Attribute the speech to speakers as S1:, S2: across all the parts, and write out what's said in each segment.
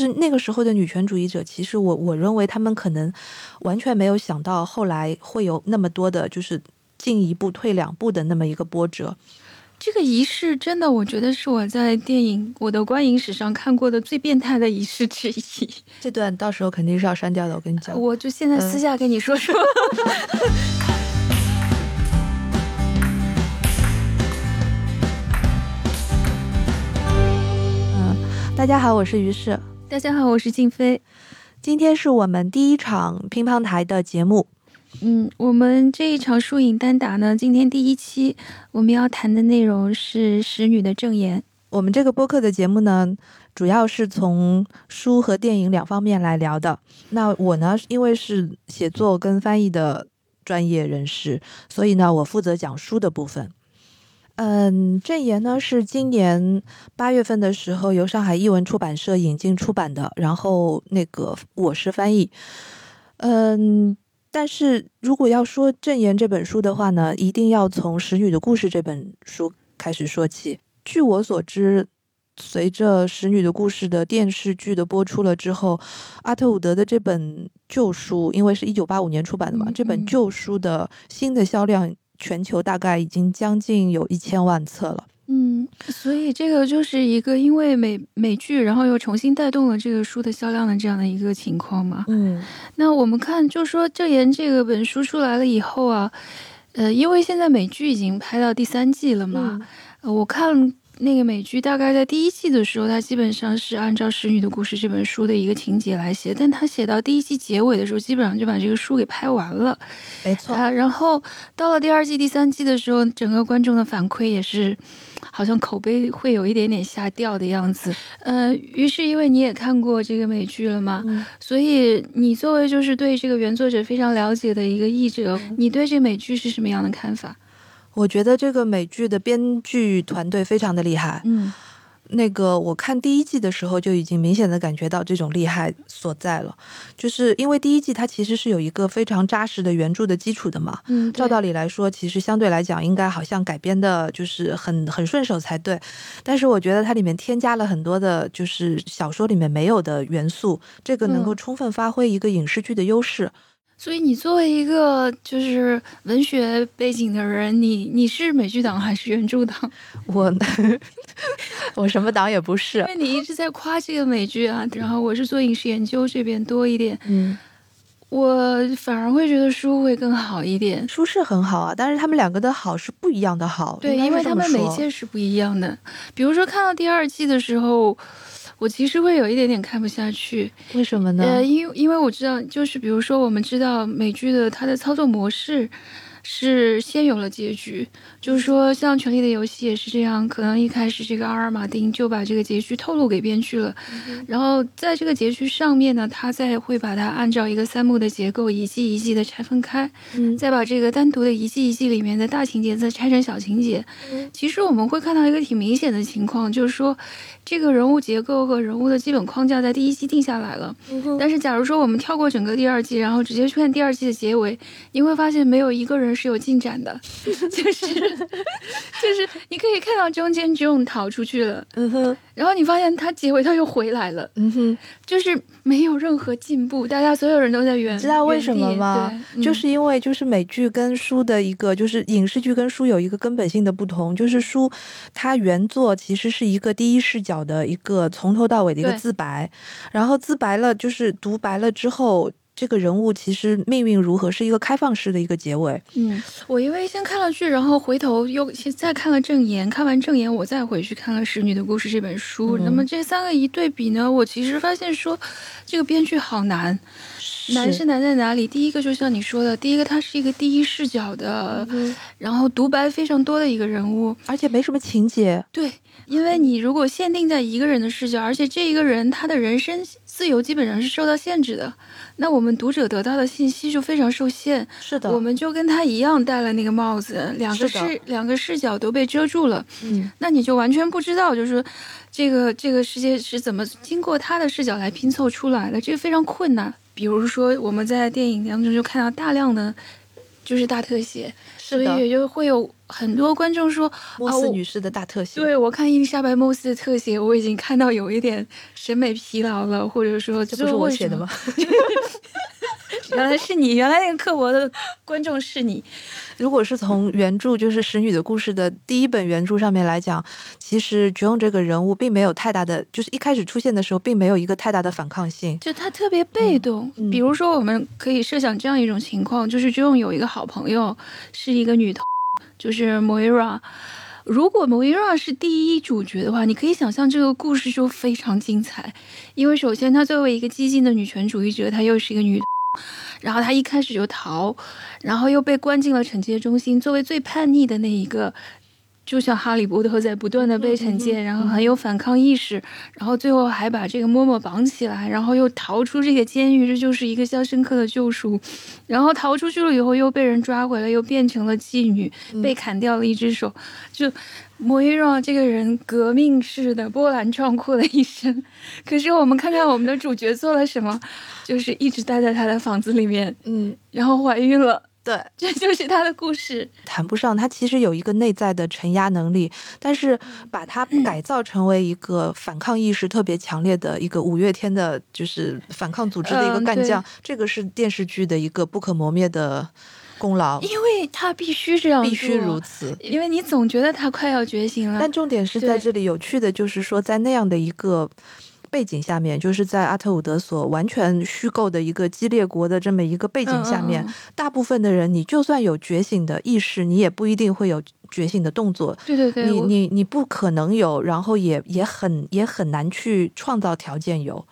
S1: 就是那个时候的女权主义者，其实我我认为他们可能完全没有想到后来会有那么多的，就是进一步退两步的那么一个波折。
S2: 这个仪式真的，我觉得是我在电影我的观影史上看过的最变态的仪式之一。
S1: 这段到时候肯定是要删掉的，我跟你讲。
S2: 呃我就现在私下跟你说说。
S1: 嗯，大家好，我是于适。
S2: 大家好，我是静飞。
S1: 今天是我们第一场乒乓台的节目。
S2: 嗯，我们这一场输赢单打呢，今天第一期我们要谈的内容是《使女的证言》。
S1: 我们这个播客的节目呢，主要是从书和电影两方面来聊的。那我呢，因为是写作跟翻译的专业人士，所以呢，我负责讲书的部分。嗯，证言呢是今年八月份的时候由上海译文出版社引进出版的，然后那个我是翻译。嗯。但是如果要说《证言》这本书的话呢，一定要从《使女的故事》这本书开始说起。据我所知，随着《使女的故事》的电视剧的播出了之后，阿特伍德的这本旧书，因为是一九八五年出版的嘛，
S2: 嗯嗯
S1: 这本旧书的新的销量，全球大概已经将近有一千万册了。
S2: 嗯，所以这个就是一个因为美美剧，然后又重新带动了这个书的销量的这样的一个情况嘛。
S1: 嗯，
S2: 那我们看，就说《证言》这个本书出来了以后啊，呃，因为现在美剧已经拍到第三季了嘛，
S1: 嗯
S2: 呃我看那个美剧大概在第一季的时候，它基本上是按照《使女的故事》这本书的一个情节来写，但它写到第一季结尾的时候，基本上就把这个书给拍完了
S1: 没错。
S2: 啊。然后到了第二季、第三季的时候，整个观众的反馈也是。好像口碑会有一点点下掉的样子，呃，于是因为你也看过这个美剧了嘛，
S1: 嗯
S2: 所以你作为就是对这个原作者非常了解的一个译者，你对这美剧是什么样的看法？
S1: 我觉得这个美剧的编剧团队非常的厉害。
S2: 嗯
S1: 那个我看第一季的时候就已经明显的感觉到这种厉害所在了，就是因为第一季它其实是有一个非常扎实的原著的基础的嘛。
S2: 嗯，
S1: 照道理来说，其实相对来讲应该好像改编的就是很很顺手才对，但是我觉得它里面添加了很多的就是小说里面没有的元素，这个能够
S2: 嗯
S1: 充分发挥一个影视剧的优势。
S2: 所以你作为一个就是文学背景的人，你你是美剧党还是原著党？
S1: 我 我什么党也不
S2: 因
S1: 是，
S2: 为你一直在夸这个美剧啊，然后我是做影视研究这边多一点，
S1: 嗯。
S2: 我反而会觉得书会更好一点。
S1: 书是很好啊，但是他们两个的好是不一样的好。
S2: 对，
S1: 应该是
S2: 因为
S1: 这
S2: 他
S1: 么
S2: 们每
S1: 说
S2: 届是不一样的。比如说看到第二季的时候，我其实会有一点点看不下去，
S1: 为什么呢？
S2: 呃，因为因为我知道，就是比如说，我们知道美剧的它的操作模式是先有了结局，
S1: 嗯
S2: 就是说像《权力的游戏》也是这样，可能一开始这个阿尔马丁就把这个结局透露给编剧了，
S1: 嗯
S2: 然后在这个结局上面呢，他再会把它按照一个三幕的结构一季一季的拆分开，
S1: 嗯
S2: 再把这个单独的一季一季里面的大情节再拆成小情节。
S1: 嗯
S2: 其实我们会看到一个挺明显的情况，就是说这个人物结构和人物的基本框架在第一季定下来了。但是假如说我们跳过整个第二季，然后直接去看第二季的结尾，你会发现没有一个人是有进展的， 就是就是你可以看到中间 June 逃出去了，
S1: 嗯哼，
S2: 然后你发现他结尾他又回来了，
S1: 嗯哼，
S2: 就是没有任何进步，大家所有人都在原
S1: 知道为什么
S2: 原地
S1: 吗
S2: 对
S1: 就
S2: 嗯
S1: 是因为就是美剧跟书的一个，就是影视剧跟书有一个根本性的不同，就是书它原作其实是一个第一视角的一个从头到尾的一个
S2: 对
S1: 自白，然后自白了就是独白了之后。这个人物其实命运如何是一个开放式的一个结尾，
S2: 嗯，我因为先看了剧，然后回头又先再看了《正言》，看完《正言》，我再回去看了《使女的故事》这本书。
S1: 嗯
S2: 那么这三个一对比呢，我其实发现说，这个编剧好难，难是难在哪里？第一个就像你说的，第一个他是一个第一视角的，
S1: 嗯
S2: 然后独白非常多的一个人物。
S1: 而且没什么情节，
S2: 对，因为你如果限定在一个人的视角，而且这一个人他的人身自由基本上是受到限制的，那我们读者得到的信息就非常受限。
S1: 是
S2: 我们就跟他一样戴了那个帽子，两个
S1: 是的
S2: 视两个视角都被遮住了，
S1: 嗯
S2: 那你就完全不知道，就是这个这个世界是怎么经过他的视角来拼凑出来的，这个非常困难。比如说我们在电影当中就看到大量的。就是大特写，所
S1: 是的
S2: 以，也就会有很多观众说
S1: 莫
S2: 啊
S1: 斯
S2: 我
S1: 女士的大特写，
S2: 对我看伊丽莎白·莫斯的特写，我已经看到有一点审美疲劳了，或者说
S1: 这
S2: 这
S1: 不是我写的吗？？
S2: 原来是你，原来那个刻薄的观众是你。
S1: 如果是从原著就是《使女的故事》的第一本原著上面来讲，其实绝用这个人物并没有太大的，就是一开始出现的时候并没有一个太大的反抗性。
S2: 就他特别被动。
S1: 嗯嗯
S2: 比如说，我们可以设想这样一种情况，就是就用有一个好朋友是一个女同，就是 Moira。如果 Moira 是第一主角的话，你可以想象这个故事就非常精彩，因为首先她作为一个激进的女权主义者，她又是一个女同。然后她一开始就逃，然后又被关进了惩戒中心。作为最叛逆的那一个，就像哈利波特在不断的被惩戒，然后很有反抗意识，然后最后还把这个嬷嬷绑起来，然后又逃出这个监狱，这就是一个肖申克的救赎。然后逃出去了以后，又被人抓回来，又变成了妓女，被砍掉了一只手。就莫伊让这个人革命式的波澜壮阔的一生。可是我们看看我们的主角做了什么，就是一直待在他的房子里面，
S1: 嗯，
S2: 然后怀孕了，
S1: 对，
S2: 这就是他的故事。
S1: 谈不上，她其实有一个内在的承压能力，但是把它改造成为一个反抗意识特别强烈的一个五月天的，就是反抗组织的一个
S2: 嗯
S1: 干将，
S2: 对
S1: 这个是电视剧的一个不可磨灭的功劳，
S2: 因为他必须这样做，
S1: 必须如此。
S2: 因为你总觉得他快要觉醒了
S1: 但，重点是在
S2: 嗯对
S1: 这里，有趣的就是说，在那样的一个背景下面，就是在阿特伍德所完全虚构的一个激列国的这么一个背景下面，
S2: 嗯嗯嗯
S1: 大部分的人，你就算有觉醒的意识，你也不一定会有觉醒的动作。
S2: 对对对，
S1: 你
S2: 我
S1: 你你不可能有，然后也也很也很难去创造条件有。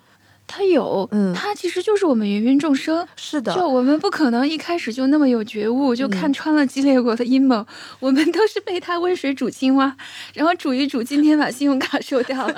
S2: 他有，
S1: 嗯
S2: 他其实就是我嗯们芸芸众生。
S1: 是
S2: 就
S1: 的，
S2: 我们不可能一开始就那么有觉悟，就看穿了激烈国的阴谋。我们都是被他温水煮青蛙，然后煮一煮，今天把信用卡收掉了，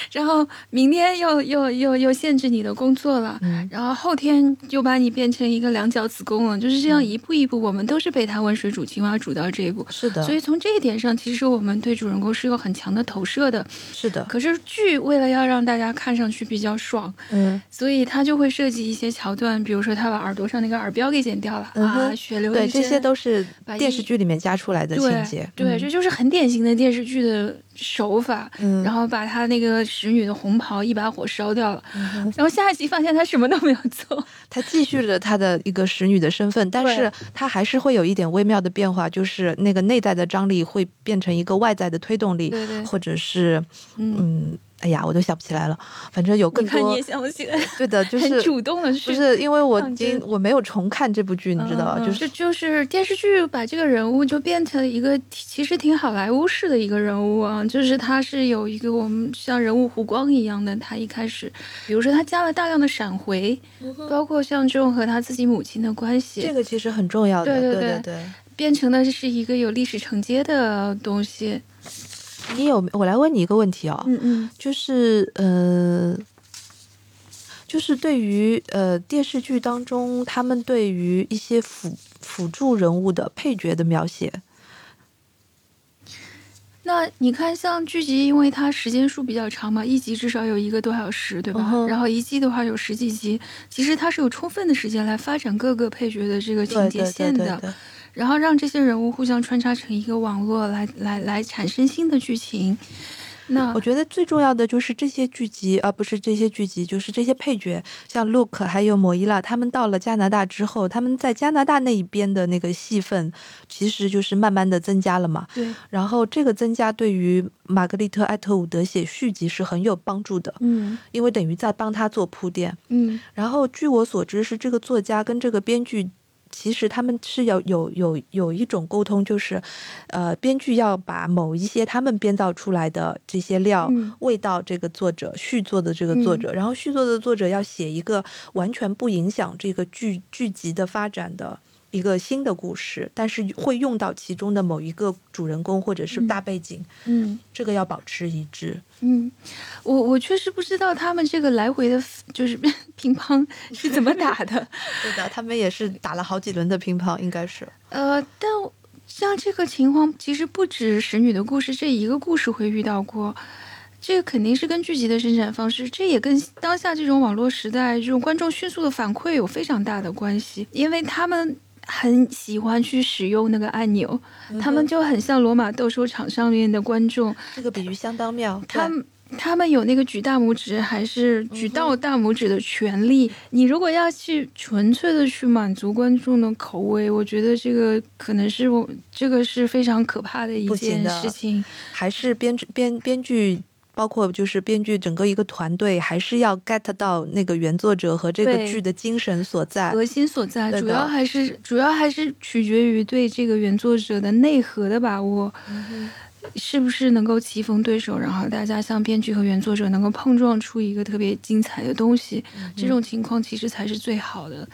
S2: 然后明天又又又又限制你的工作了，
S1: 嗯
S2: 然后后天就把你变成一个两脚子工了，就是
S1: 嗯
S2: 这样一步一步，我们都是被他温水煮青蛙煮到这一步。
S1: 是的，
S2: 所以从这一点上，其实我们对主人公是有很强的投射的。
S1: 是的，
S2: 可是剧为了要让大家看上去比较爽，
S1: 嗯，
S2: 所以他就会设计一些桥段，比如说他把耳朵上那个耳标给剪掉了、
S1: 嗯
S2: 啊，
S1: 哼
S2: 血流
S1: 对，
S2: 一
S1: 这
S2: 身
S1: 些都是
S2: 把
S1: 电
S2: 一
S1: 视剧里面加出来的情节
S2: 对。对，
S1: 嗯
S2: 这就是很典型的电视剧的手法。
S1: 嗯，
S2: 然后把他那个使女的红袍一把火烧掉了，
S1: 嗯哼
S2: 然后下一集发现他什么都没有做，
S1: 她继续着她的一个使女的身份，但
S2: 对
S1: 是她还是会有一点微妙的变化，就是那个内在的张力会变成一个外在的推动力，
S2: 对对
S1: 或者是
S2: 嗯，
S1: 嗯，哎呀，我都想不起来了，反正有更
S2: 你看你
S1: 多
S2: 也想不起来，
S1: 对的，就
S2: 很
S1: 是
S2: 主动的去
S1: 不是因为我
S2: 抗
S1: 已经
S2: 争
S1: 我没有重看这部剧，你知道吧？
S2: 嗯嗯
S1: 就是
S2: 这就是电视剧把这个人物就变成一个其实挺好莱坞式的一个人物啊，就是他是有一个我们像人物弧光一样的，他一开始，比如说他加了大量的闪回，包括像这种和他自己母亲的关系，
S1: 这个其实很重要的，
S2: 对对
S1: 对
S2: 对
S1: 对。
S2: 变成的是一个有历史承接的东西。
S1: 你有我来问你一个问题哦，
S2: 嗯嗯，
S1: 就是呃，就是对于呃电视剧当中他们对于一些辅辅助人物的配角的描写，
S2: 那你看像剧集，因为它时间数比较长嘛，一集至少有一个多小时，对吧？
S1: 嗯哼
S2: 然后一季的话有十几集，其实它是有充分的时间来发展各个配角的这个情
S1: 对
S2: 节
S1: 对
S2: 线
S1: 对
S2: 的。
S1: 对对，
S2: 然后让这些人物互相穿插成一个网络来，来来产生新的剧情。那
S1: 我觉得最重要的就是这些剧集，啊而、不是这些剧集，就是这些配角，像 Luke 还有莫伊拉，他们到了加拿大之后，他们在加拿大那一边的那个戏份，其实就是慢慢的增加了嘛。
S2: 对，
S1: 然后这个增加对于玛格丽特·艾特伍德写续集是很有帮助的，
S2: 嗯
S1: 因为等于在帮他做铺垫。
S2: 嗯，
S1: 然后据我所知，是这个作家跟这个编剧，其实他们是有有有有一种沟通，就是，呃，编剧要把某一些他们编造出来的这些料、
S2: 嗯
S1: 喂到这个作者续作的这个作者，然后续作的作者要写一个完全不影响这个剧剧集的发展的。一个新的故事，但是会用到其中的某一个主人公或者是大背景，
S2: 嗯
S1: 这个要保持一致。
S2: 嗯，我我确实不知道他们这个来回的，就是 乒乓是怎么打的。
S1: 对的，他们也是打了好几轮的乒乓，应该是。
S2: 呃，但像这个情况，其实不止《使女的故事》这一个故事会遇到过。这个肯定是跟剧集的生产方式，这也跟当下这种网络时代这种观众迅速的反馈有非常大的关系，因为他们。很喜欢去使用那个按钮，他们就很像罗马斗兽场上面的观众，
S1: 这个比喻相当妙。
S2: 他们他们有那个举大拇指还是
S1: 嗯
S2: 举到大拇指的权利。你如果要去纯粹的去满足观众的口味，我觉得这个可能是我这个是非常可怕的一
S1: 不行
S2: 件
S1: 的
S2: 事情。
S1: 还是编剧编编剧，包括就是编剧整个一个团队，还是要 get 到那个原作者和这个
S2: 对
S1: 剧的精神所在。
S2: 核心所在
S1: 对的
S2: 主要还是主要还是取决于对这个原作者的内核的把握，是不是能够棋逢对手，然后大家像编剧和原作者能够碰撞出一个特别精彩的东西。
S1: 嗯
S2: 这种情况其实才是最好的。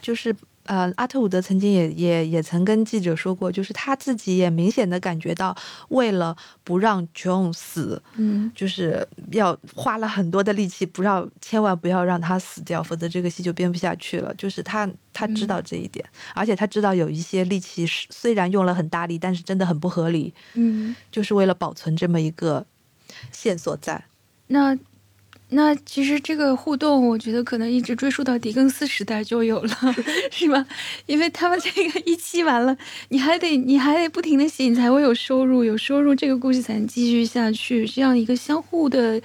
S1: 就是呃，阿特伍德曾经也也也曾跟记者说过，就是他自己也明显的感觉到，为了不让 John 死，
S2: 嗯，
S1: 就是要花了很多的力气，不要千万不要让他死掉，否则这个戏就编不下去了。就是他他知
S2: 嗯
S1: 道这一点，而且他知道有一些力气是虽然用了很大力，但是真的很不合理，
S2: 嗯，
S1: 就是为了保存这么一个线索在。
S2: 那那其实这个互动，我觉得可能一直追溯到狄更斯时代就有了， 是吧？因为他们这个一期完了，你还得你还得不停的写，你才会有收入，有收入这个故事才能继续下去，这样一个相互的。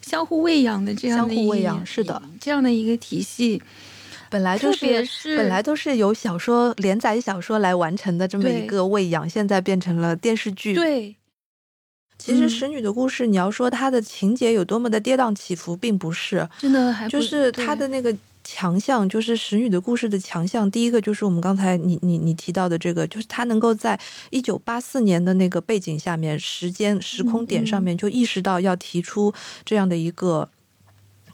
S2: 相互喂养的这样的一
S1: 相互喂养是的，
S2: 这样的一个体系，
S1: 本来就
S2: 特别
S1: 是
S2: 是
S1: 本来都是由小说连载小说来完成的这么一
S2: 对
S1: 个喂养，现在变成了电视剧。
S2: 对
S1: 其实《
S2: 嗯
S1: 使女的故事》，你要说它的情节有多么的跌宕起伏，并不是，
S2: 真的哎还不
S1: 就是它的
S2: 对
S1: 那个强项，就是《使女的故事》的强项。第一个就是我们刚才你你你提到的这个，就是它能够在一九八四年的那个背景下面，时间时
S2: 嗯
S1: 空点上面就意识到要提出这样的一个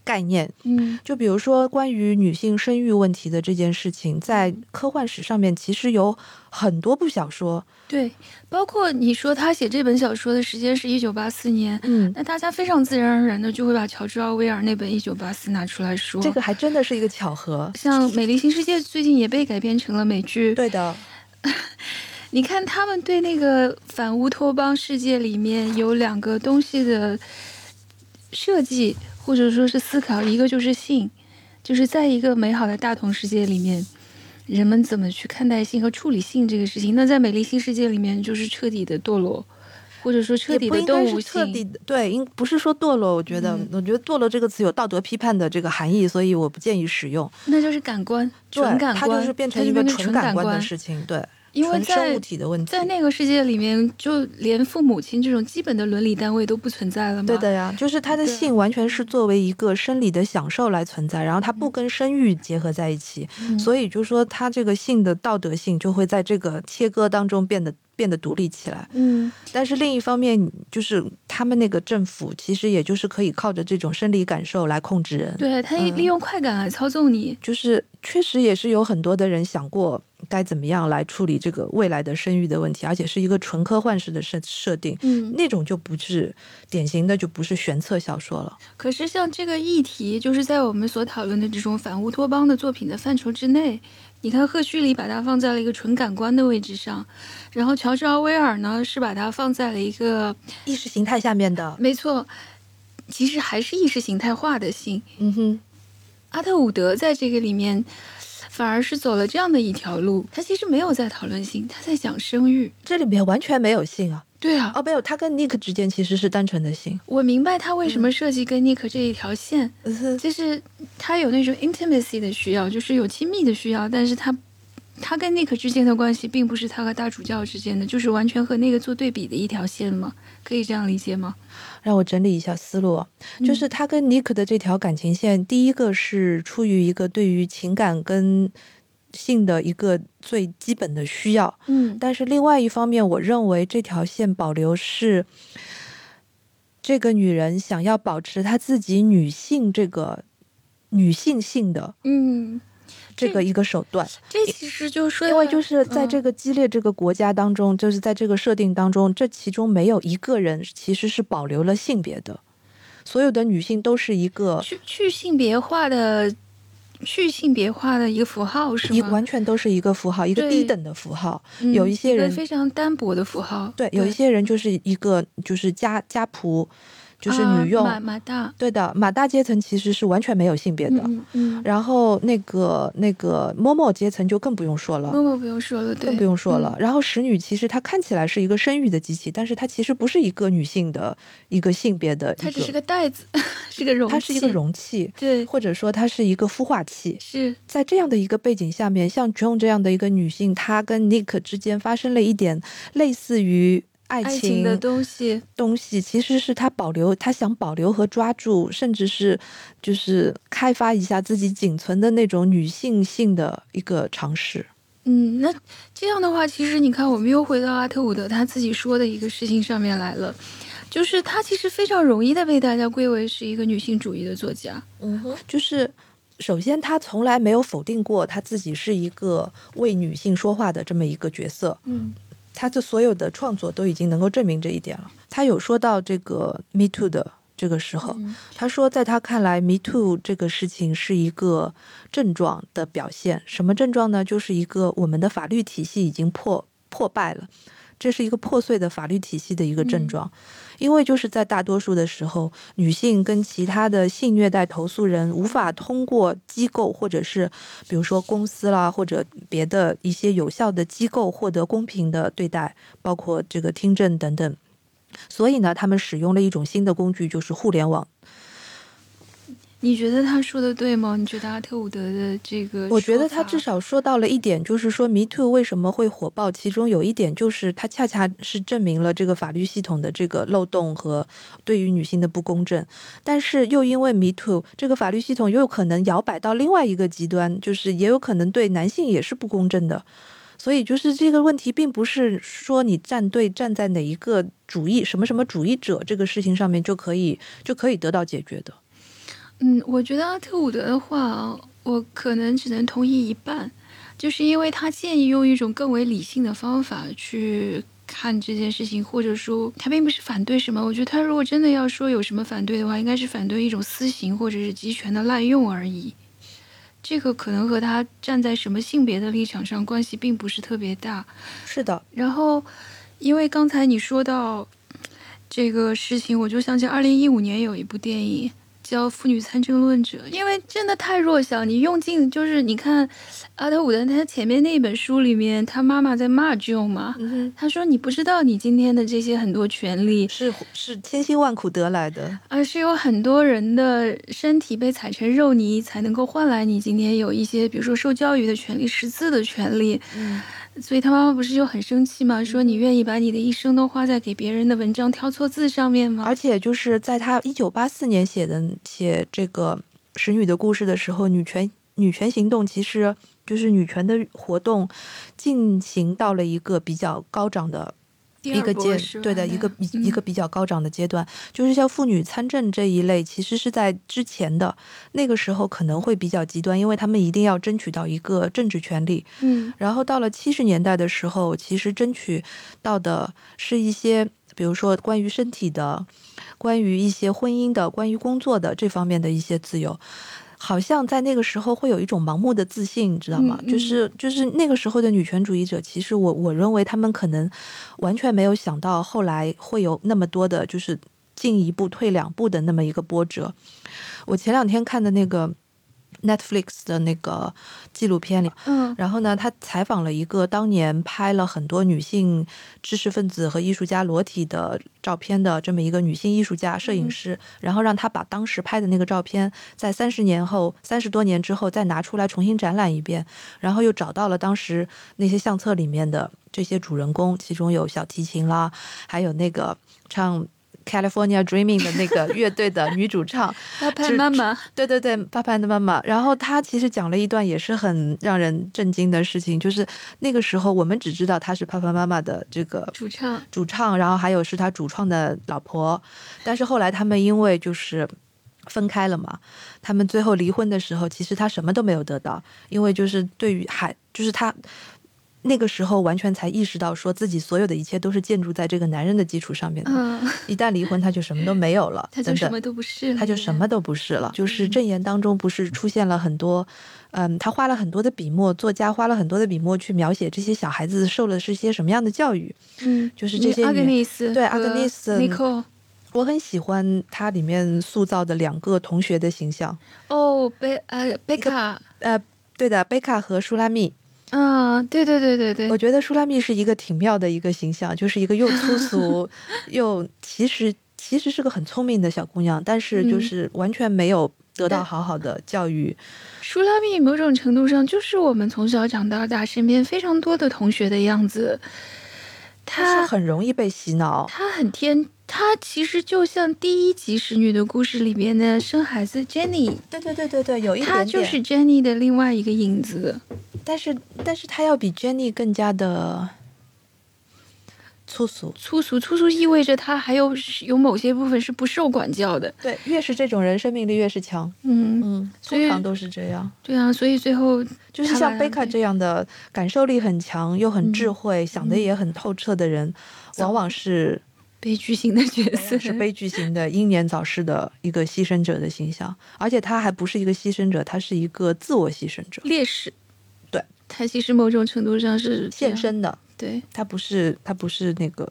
S1: 概念，
S2: 嗯
S1: 就比如说关于女性生育问题的这件事情，在
S2: 嗯
S1: 科幻史上面其实有很多部小说，
S2: 对，包括你说他写这本小说的时间是一九八四年，
S1: 嗯，
S2: 那大家非常自然而然的就会把乔治奥威尔那本《一九八四》拿出来说。
S1: 这个还真的是一个巧合。
S2: 像《美丽新世界》最近也被改编成了美剧。
S1: 对的，
S2: 你看他们对那个反乌托邦世界里面有两个东西的设计，或者说是思考，一个就是性，就是在一个美好的大同世界里面。人们怎么去看待性和处理性这个事情？那在《美丽新世界》里面，就是彻底的堕落，或者说彻
S1: 也
S2: 底
S1: 不
S2: 的
S1: 应
S2: 动
S1: 该
S2: 物
S1: 是彻底
S2: 性。
S1: 的对，应不是说堕落，我觉得，
S2: 嗯
S1: 我觉得堕落这个词有道德批判的这个含义，所以我不建议使用。
S2: 那就是感官，
S1: 对
S2: 纯感，官，
S1: 它就是变成
S2: 它
S1: 一个
S2: 纯
S1: 感
S2: 官
S1: 的事情，对，
S2: 因为
S1: 纯生
S2: 在
S1: 物体的问题
S2: 在。那个世界里面，就连父母亲这种基本的伦理单位都不存在了嘛。
S1: 对的呀，就是它的
S2: 对啊
S1: 性完全是作为一个生理的享受来存在，然后它不跟生育结合在一起，
S2: 嗯，
S1: 所以就说它这个性的道德性就会在这个切割当中变得变得独立起来。
S2: 嗯，
S1: 但是另一方面，就是他们那个政府其实也就是可以靠着这种生理感受来控制人，
S2: 对他利用快感来操纵你。
S1: 就是确实也是有很多的人想过该怎么样来处理这个未来的生育的问题，而且是一个纯科幻式的设设定，
S2: 嗯，
S1: 那种就不是典型的，就不是玄策小说了。
S2: 可是像这个议题，就是在我们所讨论的这种反乌托邦的作品的范畴之内。你看赫胥黎把它放在了一个纯感官的位置上，然后乔治奥威尔呢是把它放在了一个
S1: 意识形态下面的，
S2: 没错，其实还是意识形态化的性，
S1: 嗯哼，
S2: 阿特伍德在这个里面反而是走了这样的一条路，他其实没有在讨论性，他在讲生育。
S1: 这里面完全没有性啊。
S2: 对啊，
S1: 哦，没有，他跟 Nick 之间其实是单纯的性，
S2: 我明白他为什么设计跟尼克这一条线，
S1: 嗯
S2: 就是他有那种 intimacy 的需要，就是有亲密的需要，但是他。他跟尼克之间的关系，并不是他和大主教之间的，就是完全和那个做对比的一条线嘛，可以这样理解吗？
S1: 让我整理一下思路啊，就是他跟 Nick 的这条感情线，第一个是出于一个对于情感跟性的一个最基本的需要，
S2: 嗯，
S1: 但是另外一方面，我认为这条线保留是这个女人想要保持她自己女性这个女性性的
S2: 嗯，
S1: 这个一个手段，
S2: 这其实就说
S1: 因为
S2: 到
S1: 就是在
S2: 嗯
S1: 这个激烈这个国家当中，就是在这个设定当中，这其中没有一个人其实是保留了性别的，所有的女性都是一个
S2: 去去性别化的去性别化的一个符号是
S1: 一
S2: 吗？
S1: 完全都是一个符号，一个
S2: 对
S1: 低等的符号。
S2: 嗯
S1: 有一些
S2: 个
S1: 人
S2: 非常单薄的符号，
S1: 对，有一些人就是一个就是家家仆，就是女佣。
S2: 啊马马大，
S1: 对的，马大阶层其实是完全没有性别的。
S2: 嗯嗯，
S1: 然后那个那个嬷嬷阶层就更不用说了。
S2: 默默不用说嗯了，对，嗯
S1: 更不用说了。然后使女其实她看起来是一个生育的机器，但是她其实不是一个女性的一个性别的一
S2: 它只是
S1: 个，
S2: 个袋子， 是个容器，
S1: 它是一个，容器，
S2: 对，
S1: 或者说它是一个孵化器。
S2: 是
S1: 在这样的一个背景下面，像 Joan 这样的一个女性，她跟 Nick 之间发生了一点类似于爱
S2: 爱
S1: 情
S2: 的东西，
S1: 东西，其实是她保留，她想保留和抓住，甚至是就是开发一下自己仅存的那种女性性的一个尝试。
S2: 嗯，那这样的话，其实你看，我们又回到阿特伍德他自己说的一个事情上面来了，就是他其实非常容易的被大家归为是一个女性主义的作家。
S1: 嗯哼，就是首先她从来没有否定过她自己是一个为女性说话的这么一个角色。
S2: 嗯
S1: 他的所有的创作都已经能够证明这一点了。他有说到这个 Me Too 的这个时候，
S2: 嗯
S1: 他说，在他看来，Me Too 这个事情是一个症状的表现。什么症状呢？就是一个我们的法律体系已经破破败了，这是一个破碎的法律体系的一个症状。因为就是在大多数的时候，女性跟其他的性虐待投诉人无法通过机构或者是比如说公司啦，或者别的一些有效的机构获得公平的对待，包括这个听证等等。所以呢，他们使用了一种新的工具，就是互联网。
S2: 你觉得他说的对吗？你觉得阿特伍德的这个说法，
S1: 我觉得他至少说到了一点，就是说 Me Too 为什么会火爆，其中有一点就是它恰恰是证明了这个法律系统的这个漏洞和对于女性的不公正。但是又因为 Me Too 这个法律系统又有可能摇摆到另外一个极端，就是也有可能对男性也是不公正的。所以就是这个问题，并不是说你站队站在哪一个主义什么什么主义者这个事情上面就可以就可以得到解决的。
S2: 嗯，我觉得阿特伍德的话啊，我可能只能同意一半，就是因为他建议用一种更为理性的方法去看这件事情，或者说他并不是反对什么。我觉得他如果真的要说有什么反对的话，应该是反对一种私刑或者是集权的滥用而已。这个可能和他站在什么性别的立场上关系并不是特别大。
S1: 是的，
S2: 然后，因为刚才你说到这个事情，我就想起二零一五年有一部电影叫《妇女参政论者》，因为真的太弱小，你用尽就是你看阿德伍德他前面那本书里面，他妈妈在骂 Joe 嘛，
S1: 嗯哼，
S2: 他说你不知道你今天的这些很多权利
S1: 是是千辛万苦得来的。
S2: 而是有很多人的身体被踩成肉泥，才能够换来你今天有一些，比如说受教育的权利、识字的权利。
S1: 嗯，
S2: 所以他妈妈不是就很生气吗？说你愿意把你的一生都花在给别人的文章挑错字上面吗？
S1: 而且就是在他一九八四年写的写这个《使女的故事》的时候，女权女权行动其实就是女权的活动进行到了一个比较高涨的
S2: 第
S1: 一
S2: 二
S1: 个
S2: 波
S1: 阶
S2: 是吧
S1: 对的一个一
S2: 嗯
S1: 一个比较高涨的阶段，就是像妇女参政这一类，其实是在之前的那个时候可能会比较极端，因为他们一定要争取到一个政治权利，
S2: 嗯
S1: 然后到了七十年代的时候，其实争取到的是一些，比如说关于身体的、关于一些婚姻的、关于工作的这方面的一些自由。好像在那个时候会有一种盲目的自信，你知道吗？
S2: 嗯嗯
S1: 就是就是那个时候的女权主义者，其实我我认为他们可能完全没有想到后来会有那么多的，就是进一步退两步的那么一个波折。我前两天看的那个 Netflix 的那个纪录片里，
S2: 嗯
S1: 然后呢，他采访了一个当年拍了很多女性知识分子和艺术家裸体的照片的这么一个女性艺术家、摄影师，然后让他把当时拍的那个照片，在三十年后、三十多年之后再拿出来重新展览一遍，然后又找到了当时那些相册里面的这些主人公，其中有小提琴啦，还有那个唱。California Dreaming 的那个乐队的女主唱，
S2: 他拍
S1: 只
S2: 妈妈，
S1: 对对对，爸爸的妈妈。然后他其实讲了一段也是很让人震惊的事情，就是那个时候我们只知道他是爸爸妈妈的这个
S2: 主唱，
S1: 主唱，然后还有是他主创的老婆，但是后来他们因为就是。分开了嘛？他们最后离婚的时候，其实他什么都没有得到，因为就是对于孩，就是他那个时候完全才意识到，说自己所有的一切都是建筑在这个男人的基础上面的。
S2: 嗯，
S1: 一旦离婚，他就什么都没有了，
S2: 他就
S1: 等等
S2: 什么都不是了，
S1: 他就什么都不是了。
S2: 嗯
S1: 就是证言当中不是出现了很多，嗯，他花了很多的笔墨，作家花了很多的笔墨去描写这些小孩子受了是些什么样的教育。
S2: 嗯，
S1: 就是这些
S2: 阿格
S1: 女
S2: 尼斯
S1: 对阿格尼斯
S2: 尼寇，
S1: 我很喜欢它里面塑造的两个同学的形象，
S2: 哦，贝呃贝卡，
S1: 呃，对的，贝卡和舒拉密。
S2: 嗯，对对对对对
S1: 我，觉得舒拉密是一个挺妙的一个形象，就是一个又粗 俗又其实其实是个很聪明的小姑娘，但是就
S2: 嗯
S1: 是完全没有得到好好的教育。
S2: 舒拉密某种程度上就是我们从小长到大身边非常多的同学的样子。
S1: 就是
S2: 他
S1: 很容易被洗脑。
S2: 他很天，他其实就像第一集《使女的故事》里面的生孩子 Jenny，
S1: 对对对对对，有一点点。
S2: 他就是 Jenny 的另外一个影子。
S1: 但是但是他要比 Jenny 更加的粗俗。
S2: 粗俗，粗俗意味着他还有有某些部分是不受管教的。
S1: 对，越是这种人，生命力越是强。
S2: 嗯，
S1: 嗯，
S2: 所以
S1: 通常都是这样。
S2: 对啊，所以最后
S1: 就是
S2: 他
S1: 像
S2: 把
S1: 贝卡
S2: 对
S1: 这样的感受力很强又很智慧，想的也很透彻的人，往往 是
S2: 悲剧型的角
S1: 往往
S2: 色
S1: 啊是悲剧型的英年早逝的一个牺牲者的形象。而且他还不是一个牺牲者，他是一个自我牺牲者，
S2: 烈士。
S1: 对，
S2: 他其实某种程度上是这样
S1: 献。身的。
S2: 对，
S1: 他不是他不是那个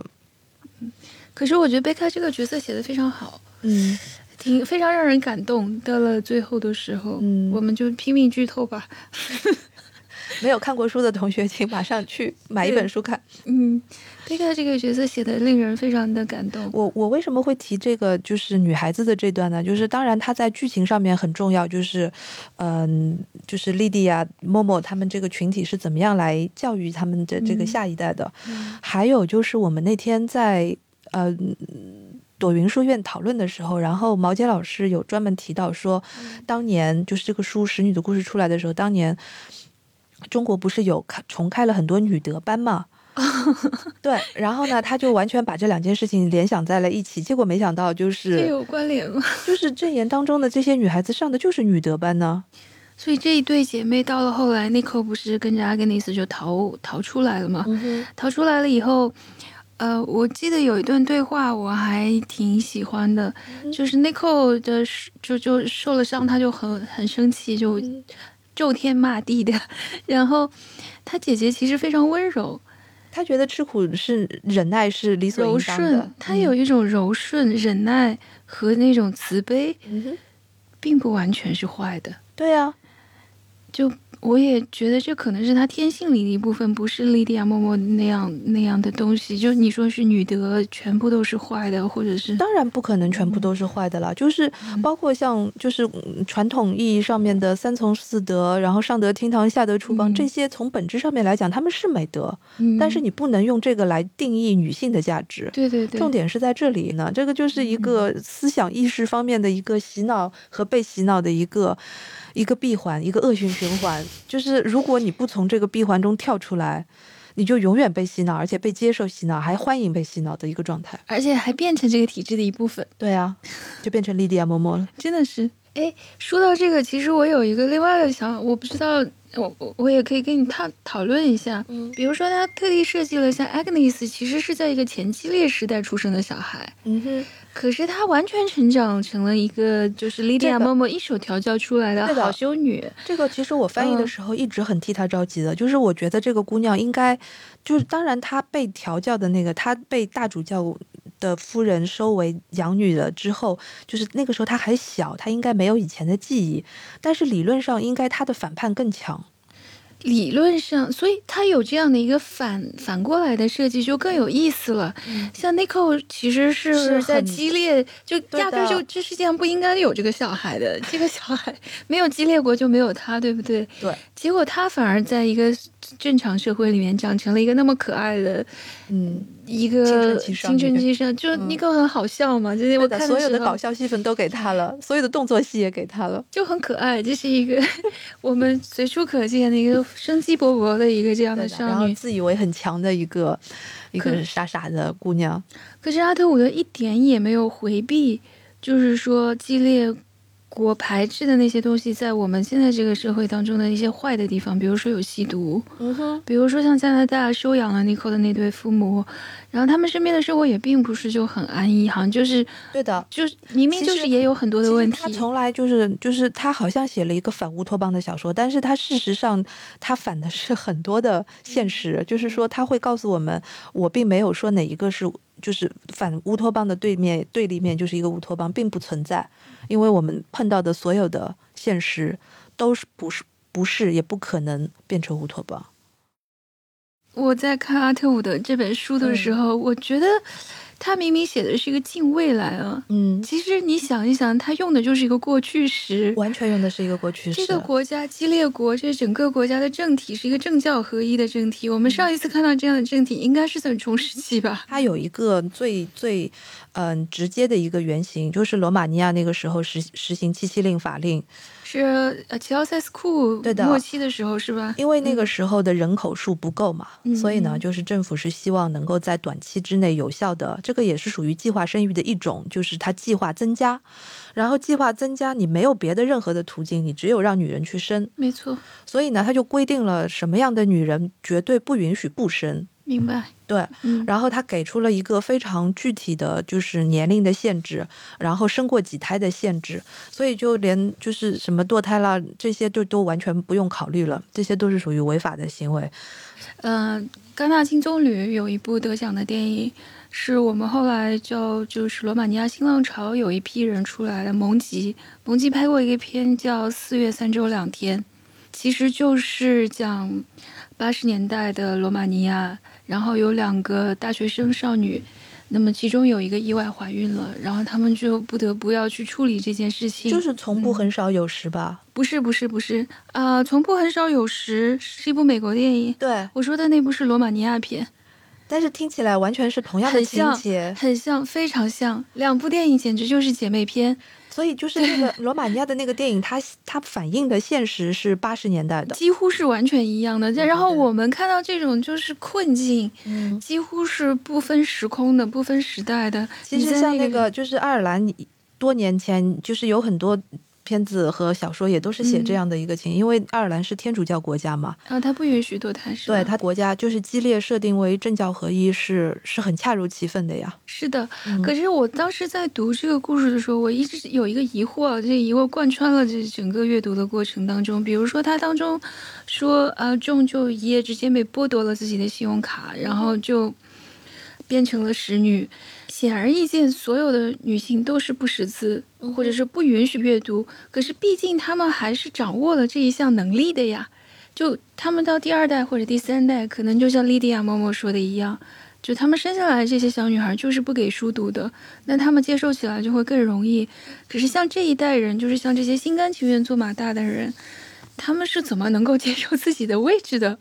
S2: 可是我觉得贝卡这个角色写的非常好，
S1: 嗯
S2: 挺非常让人感动。到了最后的时候，
S1: 嗯
S2: 我们就拼命剧透吧。
S1: 没有看过书的同学，请马上去买一本书看。
S2: 嗯，贝卡这个角色写的令人非常的感动。
S1: 我我为什么会提这个就是女孩子的这段呢？就是当然她在剧情上面很重要，就是嗯，就是莉迪亚、默默他们这个群体是怎么样来教育他们的这个
S2: 嗯
S1: 下一代的。
S2: 嗯
S1: 还有就是我们那天在呃朵云书院讨论的时候，然后毛尖老师有专门提到说，
S2: 嗯
S1: 当年就是这个书《使女的故事》出来的时候，当年中国不是有开重开了很多女德班 嘛？对，然后呢，他就完全把这两件事情联想在了一起，结果没想到就
S2: 这
S1: 是
S2: 有关联吗？
S1: 就是证言当中的这些女孩子上的就是女德班呢。
S2: 所以这一对姐妹到了后来，内蔻不是跟着阿格尼斯就逃逃出来了吗？
S1: 嗯
S2: 逃出来了以后，呃，我记得有一段对话我还挺喜欢的，
S1: 嗯
S2: 就是内蔻的就就受了伤，他就很很生气，就
S1: 嗯
S2: 咒天骂地的。 然后他姐姐其实非常温柔、
S1: 他觉得吃苦是忍耐是理所
S2: 柔
S1: 应当的
S2: 顺，，她有一种柔顺、忍耐和那种慈悲，
S1: 嗯哼
S2: 并不完全是坏的。
S1: 对啊，
S2: 就我也觉得这可能是他天性里的一部分，不是莉迪亚默默那样那样的东西。就你说是女德全部都是坏的，或者是
S1: 当然不可能全部
S2: 嗯
S1: 都是坏的啦，就是包括像就是嗯传统意义上面的三从四德，然后上德厅堂下德厨房、
S2: 嗯
S1: 这些，从本质上面来讲，他们是美德，
S2: 嗯
S1: 但是你不能用这个来定义女性的价值。
S2: 对对对，嗯
S1: 重点是在这里呢，这个就是一个思想意识方面的一个洗脑和被洗脑的一个一个闭环，一个恶性循环。就是如果你不从这个闭环中跳出来，你就永远被洗脑，而且被接受洗脑，还欢迎被洗脑的一个状态。
S2: 而且还变成这个体制的一部分，
S1: 对啊，就变成莉迪亚嬷嬷了。
S2: 真的是。哎，说到这个，其实我有一个另外的想法，我不知道，我我我也可以跟你探讨论一下。
S1: 嗯
S2: 比如说，他特地设计了像 Agnes，其实是在一个前激烈时代出生的小孩，
S1: 嗯哼，
S2: 可是她完全成长成了一个就是莉迪亚
S1: 这个
S2: 默默一手调教出来
S1: 对
S2: 的
S1: 的
S2: 好修女。
S1: 这个其实我翻译的
S2: 嗯
S1: 时候一直很替她着急的，就是我觉得这个姑娘应该，就是当然她被调教的那个，她被大主教的夫人收为养女了之后，就是那个时候她还小，她应该没有以前的记忆，但是理论上应该她的反叛更强。
S2: 理论上，所以它有这样的一个反反过来的设计，就更有意思了。像 Nico 其实
S1: 嗯是
S2: 是
S1: 很
S2: 在激烈，就
S1: 的
S2: 压根儿就这世界上不应该有这个小孩的，这个小孩没有激烈过就没有他，对不对？
S1: 对，
S2: 结果他反而在一个正常社会里面长成了一个那么可爱的
S1: 嗯，
S2: 一
S1: 青
S2: 个
S1: 春期少
S2: 青春
S1: 女嗯
S2: 期上，就 Nico 很好笑嘛，就是
S1: 对
S2: 我
S1: 的，
S2: 看
S1: 所有的
S2: 时候
S1: 搞笑戏份都给她了，所有的动作戏也给她了。
S2: 就很可爱，这是一个 我们随处可见的一个生机勃勃的一个这样
S1: 对
S2: 的
S1: 的，然
S2: 少
S1: 后
S2: 女。
S1: 自以为很强的一个一
S2: 可
S1: 个傻傻的姑娘，
S2: 可是阿特伍德一点也没有回避，就是说激烈国排斥的那些东西，在我们现在这个社会当中的一些坏的地方，比如说有吸毒，
S1: 嗯哼，
S2: 比如说像加拿大收养了尼克的那对父母，然后他们身边的生活也并不是就很安逸，好像就是
S1: 对的，
S2: 就是明明就
S1: 其
S2: 是
S1: 实
S2: 也有很多
S1: 其
S2: 的
S1: 实
S2: 问
S1: 他
S2: 题，
S1: 从来就是就是他好像写了一个反乌托邦的小说，但是他事实上他反
S2: 嗯
S1: 的是很多的现实，就是说他会告诉我们，我并没有说哪一个是就是反乌托邦的对面对立面就是一个乌托邦，并不存在，
S2: 嗯
S1: 因为我们碰到的所有的现实都是不是不是也不可能变成乌托邦。
S2: 我在看阿特伍德这本书的时候，我觉得他明明写的是一个近未来啊，
S1: 嗯，
S2: 其实你想一想，他用的就是一个过去时，
S1: 完全用的是一个过去式。
S2: 这个国家激烈国，这整个国家的政体是一个政教合一的政体。我们上一次看到这样的政体，应该是在中世纪吧？
S1: 它有一个最最嗯、直接的一个原型，就是罗马尼亚那个时候实实行七七令法令，
S2: 是呃，齐奥塞斯库
S1: 对的
S2: 末期的时候是吧？
S1: 因为那个时候的人口数不够嘛，
S2: 嗯
S1: 所以呢，
S2: 嗯
S1: 就是政府是希望能够在短期之内有效的，这个也是属于计划生育的一种，就是它计划增加，然后计划增加，你没有别的任何的途径，你只有让女人去生，
S2: 没错，
S1: 所以呢，他就规定了什么样的女人绝对不允许不生。
S2: 明白。
S1: 对，
S2: 嗯，
S1: 然后他给出了一个非常具体的，就是年龄的限制，然后生过几胎的限制，所以就连就是什么堕胎啦这些就都完全不用考虑了，这些都是属于违法的行为。
S2: 嗯，戛纳金棕榈有一部得奖的电影，是我们后来叫就是罗马尼亚新浪潮有一批人出来的，蒙吉，蒙吉拍过一个片叫《四月三周两天》，其实就是讲八十年代的罗马尼亚，然后有两个大学生少女。那么其中有一个意外怀孕了，然后他们就不得不要去处理这件事情。
S1: 就是从不很少有时吧，
S2: 不是不是不是啊、呃从不很少有时是一部美国电影，
S1: 对，
S2: 我说的那部是罗马尼亚片。
S1: 但是听起来完全是同样的
S2: 很
S1: 情
S2: 像
S1: 节，
S2: 很像，非常像，两部电影简直就是姐妹篇。
S1: 所以就是那 个罗马尼亚的那个电影，它它反映的现实是八十年代的，
S2: 几乎是完全一样的。然后我们看到这种就是困境，
S1: 嗯，
S2: 几乎是不分时空的、不分时代的。
S1: 其
S2: 你
S1: 实
S2: 在
S1: 像
S2: 那
S1: 那个就是爱尔兰，多年前就是有很多片子和小说也都是
S2: 嗯
S1: 写这样的一个情，因为爱尔兰是天主教国家嘛，
S2: 啊，他不允许堕胎是吧？
S1: 对
S2: 啊
S1: 它国家就是激烈设定为政教合一是是很恰如其分的呀。
S2: 是的。
S1: 嗯
S2: 可是我当时在读这个故事的时候，我一直有一个疑惑，这个疑惑贯穿了这整个阅读的过程当中。比如说，他当中说，呃，仲就一夜之间被剥夺了自己的信用卡，然后就变成了使女。显而易见，所有的女性都是不识字，或者是不允许阅读。可是，毕竟她们还是掌握了这一项能力的呀。就她们到第二代或者第三代，可能就像莉迪亚嬷嬷说的一样，就她们生下来这些小女孩就是不给书读的，那她们接受起来就会更容易。可是像这一代人，就是像这些心甘情愿做马大的人，他们是怎么能够接受自己的位置的？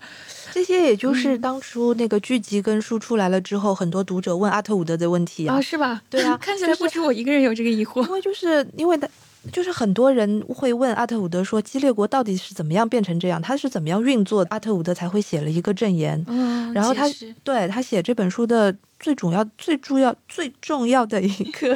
S1: 这些也
S2: 嗯
S1: 就是当初那个剧集跟书出来了之后，很多读者问阿特伍德的问题啊
S2: 啊，，是吧？
S1: 对啊
S2: 看起来不止我一个人有这个疑惑
S1: 因。为就是因为他。就是很多人会问阿特伍德说，激烈国到底是怎么样变成这样？他是怎么样运作的？阿特伍德才会写了一个证言，
S2: 嗯，
S1: 然后
S2: 解
S1: 他
S2: 释
S1: 对他写这本书的最主要、最重要、最重要的一 个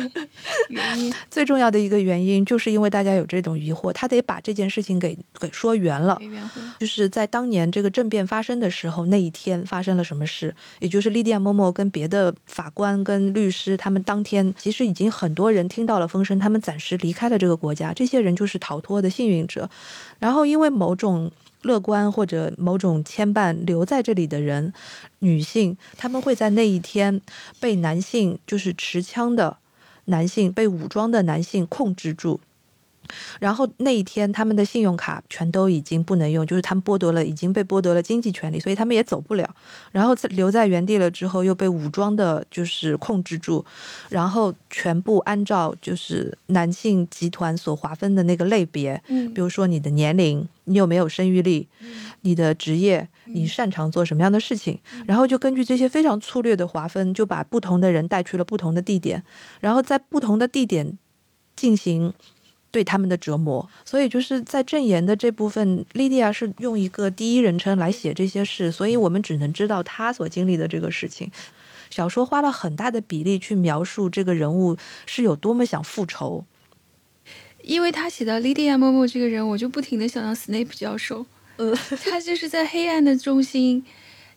S2: 原因
S1: 最重要的一个原因，就是因为大家有这种疑惑，他得把这件事情给给说圆了
S2: 委。员会
S1: 就是在当年这个政变发生的时候，那一天发生了什么事？也就是莉迪亚·莫莫跟别的法官跟律师，他们当天其实已经很多人听到了风声，他们暂时离开了这个国家。这些人就是逃脱的幸运者。然后因为某种乐观或者某种牵绊留在这里的人，女性，他们会在那一天被男性，就是持枪的男性，被武装的男性控制住。然后那一天，他们的信用卡全都已经不能用，就是他们剥夺了，已经被剥夺了经济权利，所以他们也走不了。然后在留在原地了之后，又被武装的，就是控制住，然后全部按照就是男性集团所划分的那个类别，
S2: 嗯
S1: 比如说你的年龄，你有没有生育力，你的职业，你擅长做什么样的事情，然后就根据这些非常粗略的划分，就把不同的人带去了不同的地点，然后在不同的地点进行对他们的折磨。所以就是在证言的这部分，莉迪亚是用一个第一人称来写这些事，所以我们只能知道她所经历的这个事情。小说花了很大的比例去描述这个人物是有多么想复仇，
S2: 因为他写到莉迪亚·莫莫这个人，我就不停的想到 Snape 教授，
S1: 呃，
S2: 他就是在黑暗的中心，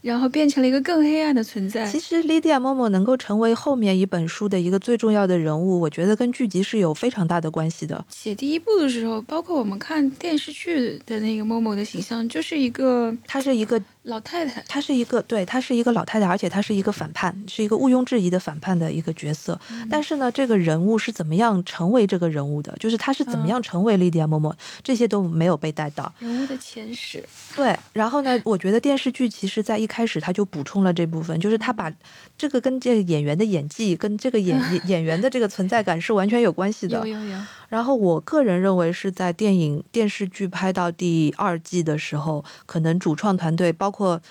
S2: 然后变成了一个更黑暗的存在
S1: 其。实莉迪亚·莫莫能够成为后面一本书的一个最重要的人物，我觉得跟剧集是有非常大的关系的。
S2: 写第一部的时候，包括我们看电视剧的那个 Momo 的形象，就是一个
S1: 她是一个
S2: 老太太，
S1: 她是一个对，她是一个老太太，而且她是一个反叛，是一个毋庸置疑的反叛的一个角色。但是呢，这个人物是怎么样成为这个人物的？就是她是怎么样成为莉迪亚·莫莫，这些都没有被带到。
S2: 人物的前史，
S1: 对，然后呢，我觉得电视剧其实在一开始他就补充了这部分，就是他把这个跟这个演员的演技、跟这个演演员的这个存在感是完全有关系的
S2: 有。有有，
S1: 然后我个人认为是在电影电视剧拍到第二季的时候，可能主创团队包括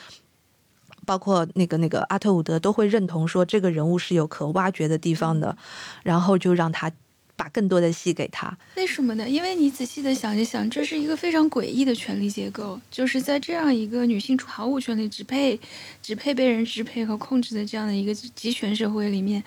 S1: 包括那个那个阿特伍德都会认同说这个人物是有可挖掘的地方的，然后就让他把更多的戏给他。
S2: 为什么呢？因为你仔细的想一想，这是一个非常诡异的权力结构，就是在这样一个女性处毫无权利、只配只配被人支配和控制的这样的一个集权社会里面，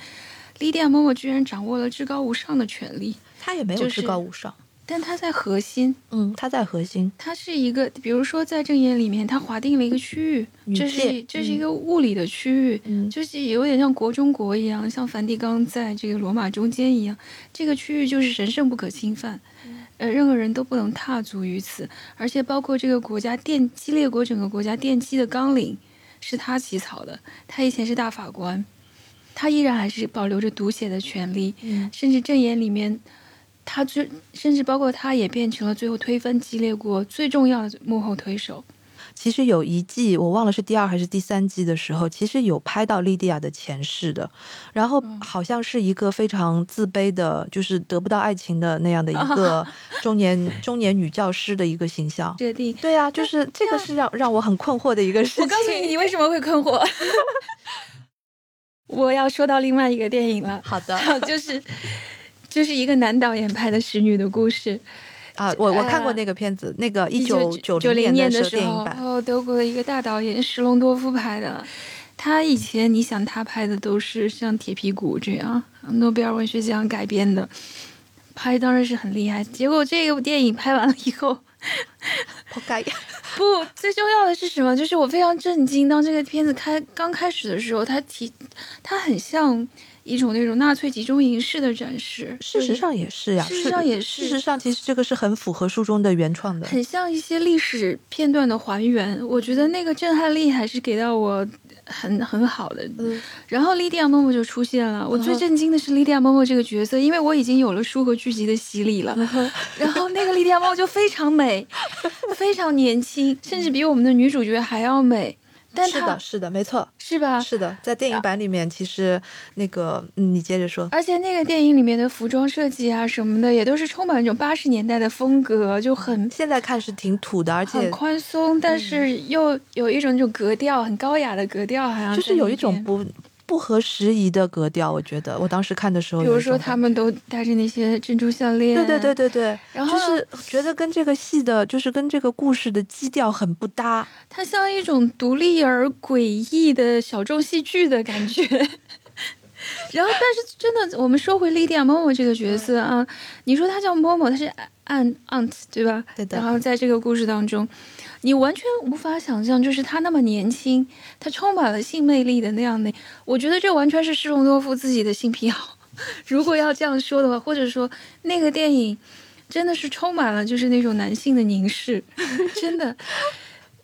S2: 莉迪亚·莫莫居然掌握了至高无上的权利，
S1: 他也没有
S2: 就是
S1: 至高无上，
S2: 但她在核心，
S1: 嗯，他在核心，
S2: 它是一个，比如说在正言里面，它划定了一个区域，
S1: 女
S2: 这
S1: 嗯界
S2: 是这是一个物理的区域，
S1: 嗯
S2: 就是有点像国中国一样，像梵蒂冈在这个罗马中间一样，这个区域就是神圣不可侵犯，
S1: 嗯
S2: 呃，任何人都不能踏足于此，而且包括这个国家奠基列国整个国家奠基的纲领是他起草的，他以前是大法官，他依然还是保留着读写的权利，
S1: 嗯
S2: 甚至正言里面，他最甚至包括他也变成了最后推翻激烈国最重要的幕后推手。
S1: 其实有一季我忘了是第二还是第三季的时候，其实有拍到莉迪亚的前世的，然后
S2: 嗯
S1: 好像是一个非常自卑的，就是得不到爱情的那样的一 个中年中年女教师的一个形象。
S2: 决定，
S1: 对啊，就是这个是让让我很困惑的一个事
S2: 我
S1: 情。
S2: 告诉你，你为什么会困惑。 我要说到另外一个电影了，
S1: 好的
S2: 就是就是一个男导演拍的《使女的故事》，
S1: 啊，我我看过
S2: 呃
S1: 那个片子，那个一九
S2: 九
S1: 九
S2: 零
S1: 零
S2: 年
S1: 的
S2: 时
S1: 电
S2: 候，
S1: 影版，
S2: 哦，德国的一个大导演施隆多夫拍的。他以前，你想他拍的都是像《铁皮鼓》这样诺贝尔文学奖改编的，拍当然是很厉害。结果这个电影拍完了以后，
S1: 扑 街
S2: 不，最重要的是什么？就是我非常震惊，当这个片子开刚开始的时候，它提，它很像一种那种纳粹集中营式的展示。
S1: 事实上也是呀、
S2: 事实上也是
S1: 事实上其实这个是很符合书中的原创的。
S2: 很像一些历史片段的还原，我觉得
S1: 嗯
S2: 那个震撼力还是给到我很很好的。
S1: 嗯
S2: 然后莉迪亚·莫莫就出现了，我最震惊的是莉迪亚·莫莫这个角色，因为我已经有了书和剧集的洗礼
S1: 嗯
S2: 了。然后那个莉迪亚·莫莫就非常美，非常年轻，甚至比我们的女主角还要美。但
S1: 是
S2: 她
S1: 的，是的，没错。
S2: 是吧？
S1: 是的，在电影版里面，其实那个、嗯、你接着说，
S2: 而且那个电影里面的服装设计啊什么的，也都是充满一种八十年代的风格，就很
S1: 现在看是挺土的，而
S2: 很
S1: 且
S2: 宽松，
S1: 嗯
S2: 但是又有一种那种格调，很高雅的格调，好像
S1: 就是
S2: 在
S1: 有
S2: 里
S1: 一种
S2: 面。
S1: 不不合时宜的格调。我觉得我当时看的时候
S2: 比
S1: 有一种，
S2: 如说，他们都戴着那些珍珠项链，
S1: 对对对，对对，
S2: 然后
S1: 就是觉得跟这个戏的，就是跟这个故事的基调很不搭。
S2: 它像一种独立而诡异的小众戏剧的感觉。 然后，但是真的，我们说回莉迪亚·莫莫这个角色啊，你说她叫莫莫，她是 aunt aunt 对吧？
S1: 对的
S2: 然后在这个故事当中，你完全无法想象，就是她那么年轻，她充满了性魅力的那样的，我觉得这完全是施隆多夫自己的性癖好。 如果要这样说的话，或者说那个电影真的是充满了就是那种男性的凝视， 真的。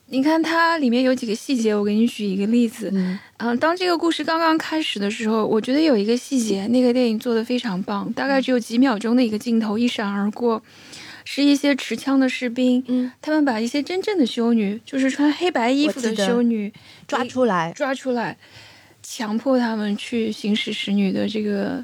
S2: 你看它里面有几个细节，我给你举一个例子。
S1: 嗯
S2: 嗯，当这个故事刚刚开始的时候，我觉得有一个细节，那个电影做的非常棒，
S1: 嗯
S2: 大概只有几秒钟的一个镜头一闪而过，是一些持枪的士兵，
S1: 嗯，
S2: 他们把一些真正的修女，就是穿黑白衣服
S1: 我
S2: 的
S1: 记得
S2: 修女
S1: 抓
S2: 一
S1: 出来，
S2: 抓出来，强迫他们去行使使女的这个。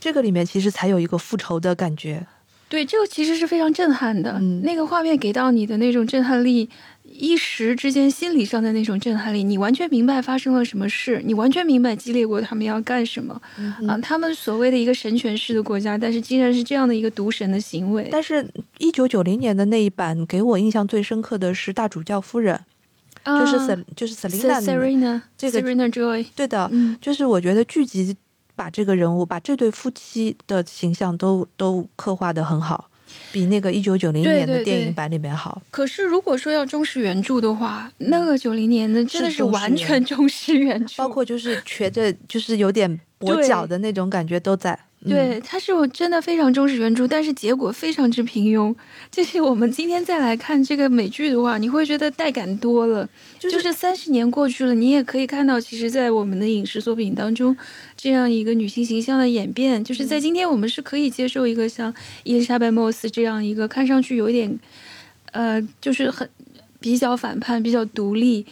S1: 这个里面其实才有一个复仇的感觉。
S2: 对，这个其实是非常震撼的，
S1: 嗯
S2: 那个画面给到你的那种震撼力，一时之间心理上的那种震撼力，你完全明白发生了什么事，你完全明白激烈国他们要干什么，
S1: 嗯
S2: 啊，他们所谓的一个神权式的国家，但是竟然是这样的一个毒神的行为，
S1: 但是，一九九零年的那一版给我印象最深刻的是大主教夫人，
S2: 啊
S1: 就是瑟就是 Selina 里面
S2: Serena，
S1: 这个
S2: Serena Joy，
S1: 对的，
S2: 嗯，
S1: 就是我觉得剧集把这个人物，把这对夫妻的形象都都刻画的很好，比那个一九九零
S2: 对
S1: 年的
S2: 对
S1: 电
S2: 对
S1: 影版里面好。
S2: 可是如果说要忠实原著的话，那个九零年的真的
S1: 嗯是
S2: 是
S1: 忠实
S2: 完全
S1: 原
S2: 忠实原著，
S1: 包括就是瘸着，就是有点跛
S2: 对
S1: 脚的那种感觉都在。嗯
S2: 对，他是我真的非常重视原著，但是结果非常之平庸。就是我们今天再来看这个美剧的话，你会觉得带感多了。就是三十年过去了，你也可以看到，其实，在我们的影视作品当中，这样一个女性形象的演变，就是在今天我们是可以接受一个像伊丽莎白·莫斯这样一个看上去有一点，呃，就是很比较反叛、比较独立。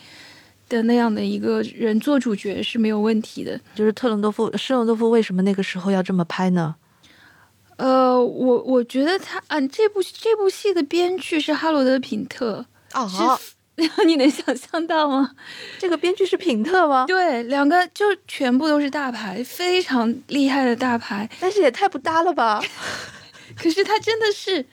S2: 的那样的一个人做主角是没有问题的。
S1: 就是特伦多夫，施隆多夫为什么那个时候要这么拍呢？
S2: 呃，我我觉得他啊，这部这部戏的编剧是哈罗德·品特，
S1: 哦
S2: 是你能想象到吗？
S1: 这个编剧是品特吗？
S2: 对，两个就全部都是大牌，非常厉害的大牌。
S1: 但是也太不搭了 吧！
S2: 可是他真的是，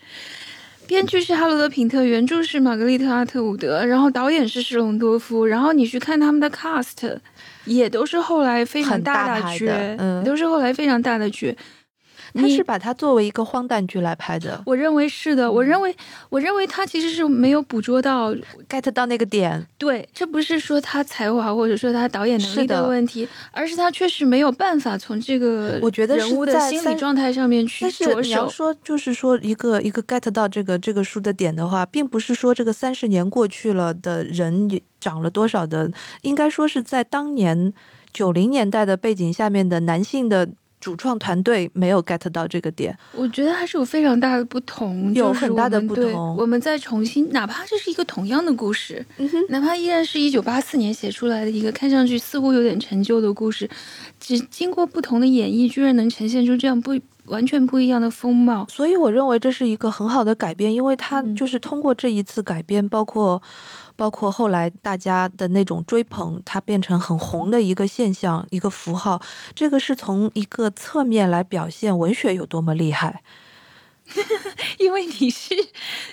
S2: 编剧是哈罗德·品特，原著是玛格丽特·阿特伍德，然后导演是施隆多夫，然后你去看他们的 cast，也都是后来非常
S1: 很大
S2: 大
S1: 牌
S2: 角，
S1: 的嗯
S2: 也都是后来非常大的角。
S1: 他
S2: 你
S1: 是把它作为一个荒诞剧来拍的
S2: 我认为是的，我认为，我认为他其实是没有捕捉到，
S1: ，get 到那个点，
S2: 对，这不是说他才华或者说他导演能
S1: 是
S2: 力
S1: 的
S2: 的问题，而是他确实没有办法从这个
S1: 我觉得是
S2: 人物的
S1: 在
S2: 心理
S1: 三
S2: 状态上面去
S1: 但是
S2: 着
S1: 你要
S2: 手。
S1: 说，就是说一个一个 get 到这个这个书的点的话，并不是说这个三十年过去了的人也长了多少的，应该说是在当年九零年代的背景下面的男性的主创团队没有 get 到这个点。
S2: 我觉得还是有非常大的不同，
S1: 有
S2: 就是
S1: 很大的
S2: 我们
S1: 不
S2: 对
S1: 同
S2: 我们再重新，哪怕这是一个同样的故事，
S1: 嗯哼，
S2: 哪怕依然是一九八四年写出来的一个看上去似乎有点陈旧的故事，只经过不同的演绎，居然能呈现出这样不完全不一样的风貌。
S1: 所以我认为这是一个很好的改编，因为它
S2: 嗯
S1: 就是通过这一次改编，包括包括后来大家的那种追捧，它变成很红的一个现象，一个符号。这个是从一个侧面来表现文学有多么厉害。
S2: 因为你是，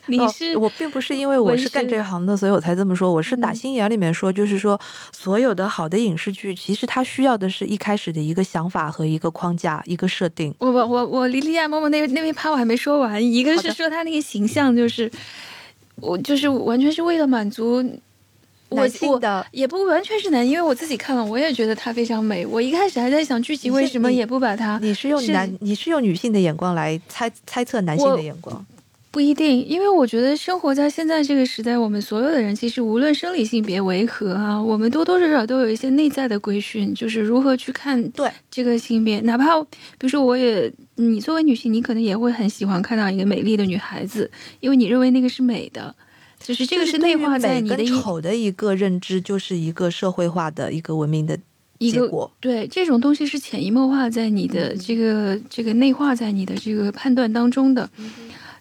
S2: 你
S1: 哦
S2: 是、
S1: 我并不是因为我
S2: 文
S1: 是干
S2: 学
S1: 这行的，所以我才这么说。我是打
S2: 嗯
S1: 心眼里面说，就是说，所有的好的影视剧，其实它需要的是一开始的一个想法和一个框架、一个设定。
S2: 我我我我莉莉亚嬷嬷那那一趴我还没说完，一个
S1: 好的
S2: 是说她那个形象就是，我就是完全是为了满足我
S1: 男性
S2: 我
S1: 的
S2: 也不完全是男，因为我自己看了，我也觉得她非常美。我一开始还在想剧
S1: 你
S2: 集
S1: 是
S2: 为什么
S1: 你
S2: 也不把她
S1: 你是用
S2: 是
S1: 男，你是用女性的眼光来猜猜测男性
S2: 我
S1: 的眼光。
S2: 不一定，因为我觉得生活在现在这个时代，我们所有的人其实无论生理性别为何啊，我们多多少少都有一些内在的规训，就是如何去看
S1: 对
S2: 这个性别。哪怕比如说，我也你作为女性，你可能也会很喜欢看到一个美丽的女孩子，因为你认为那个是美的，就是这个
S1: 就是对于
S2: 内化在
S1: 美
S2: 你
S1: 跟
S2: 的一
S1: 丑的一个认知，就是一个社会化的一个文明的
S2: 一
S1: 结
S2: 个
S1: 果。
S2: 对这种东西是潜移默化在你
S1: 嗯
S2: 的这个、这个内化在你的这个判断当中的。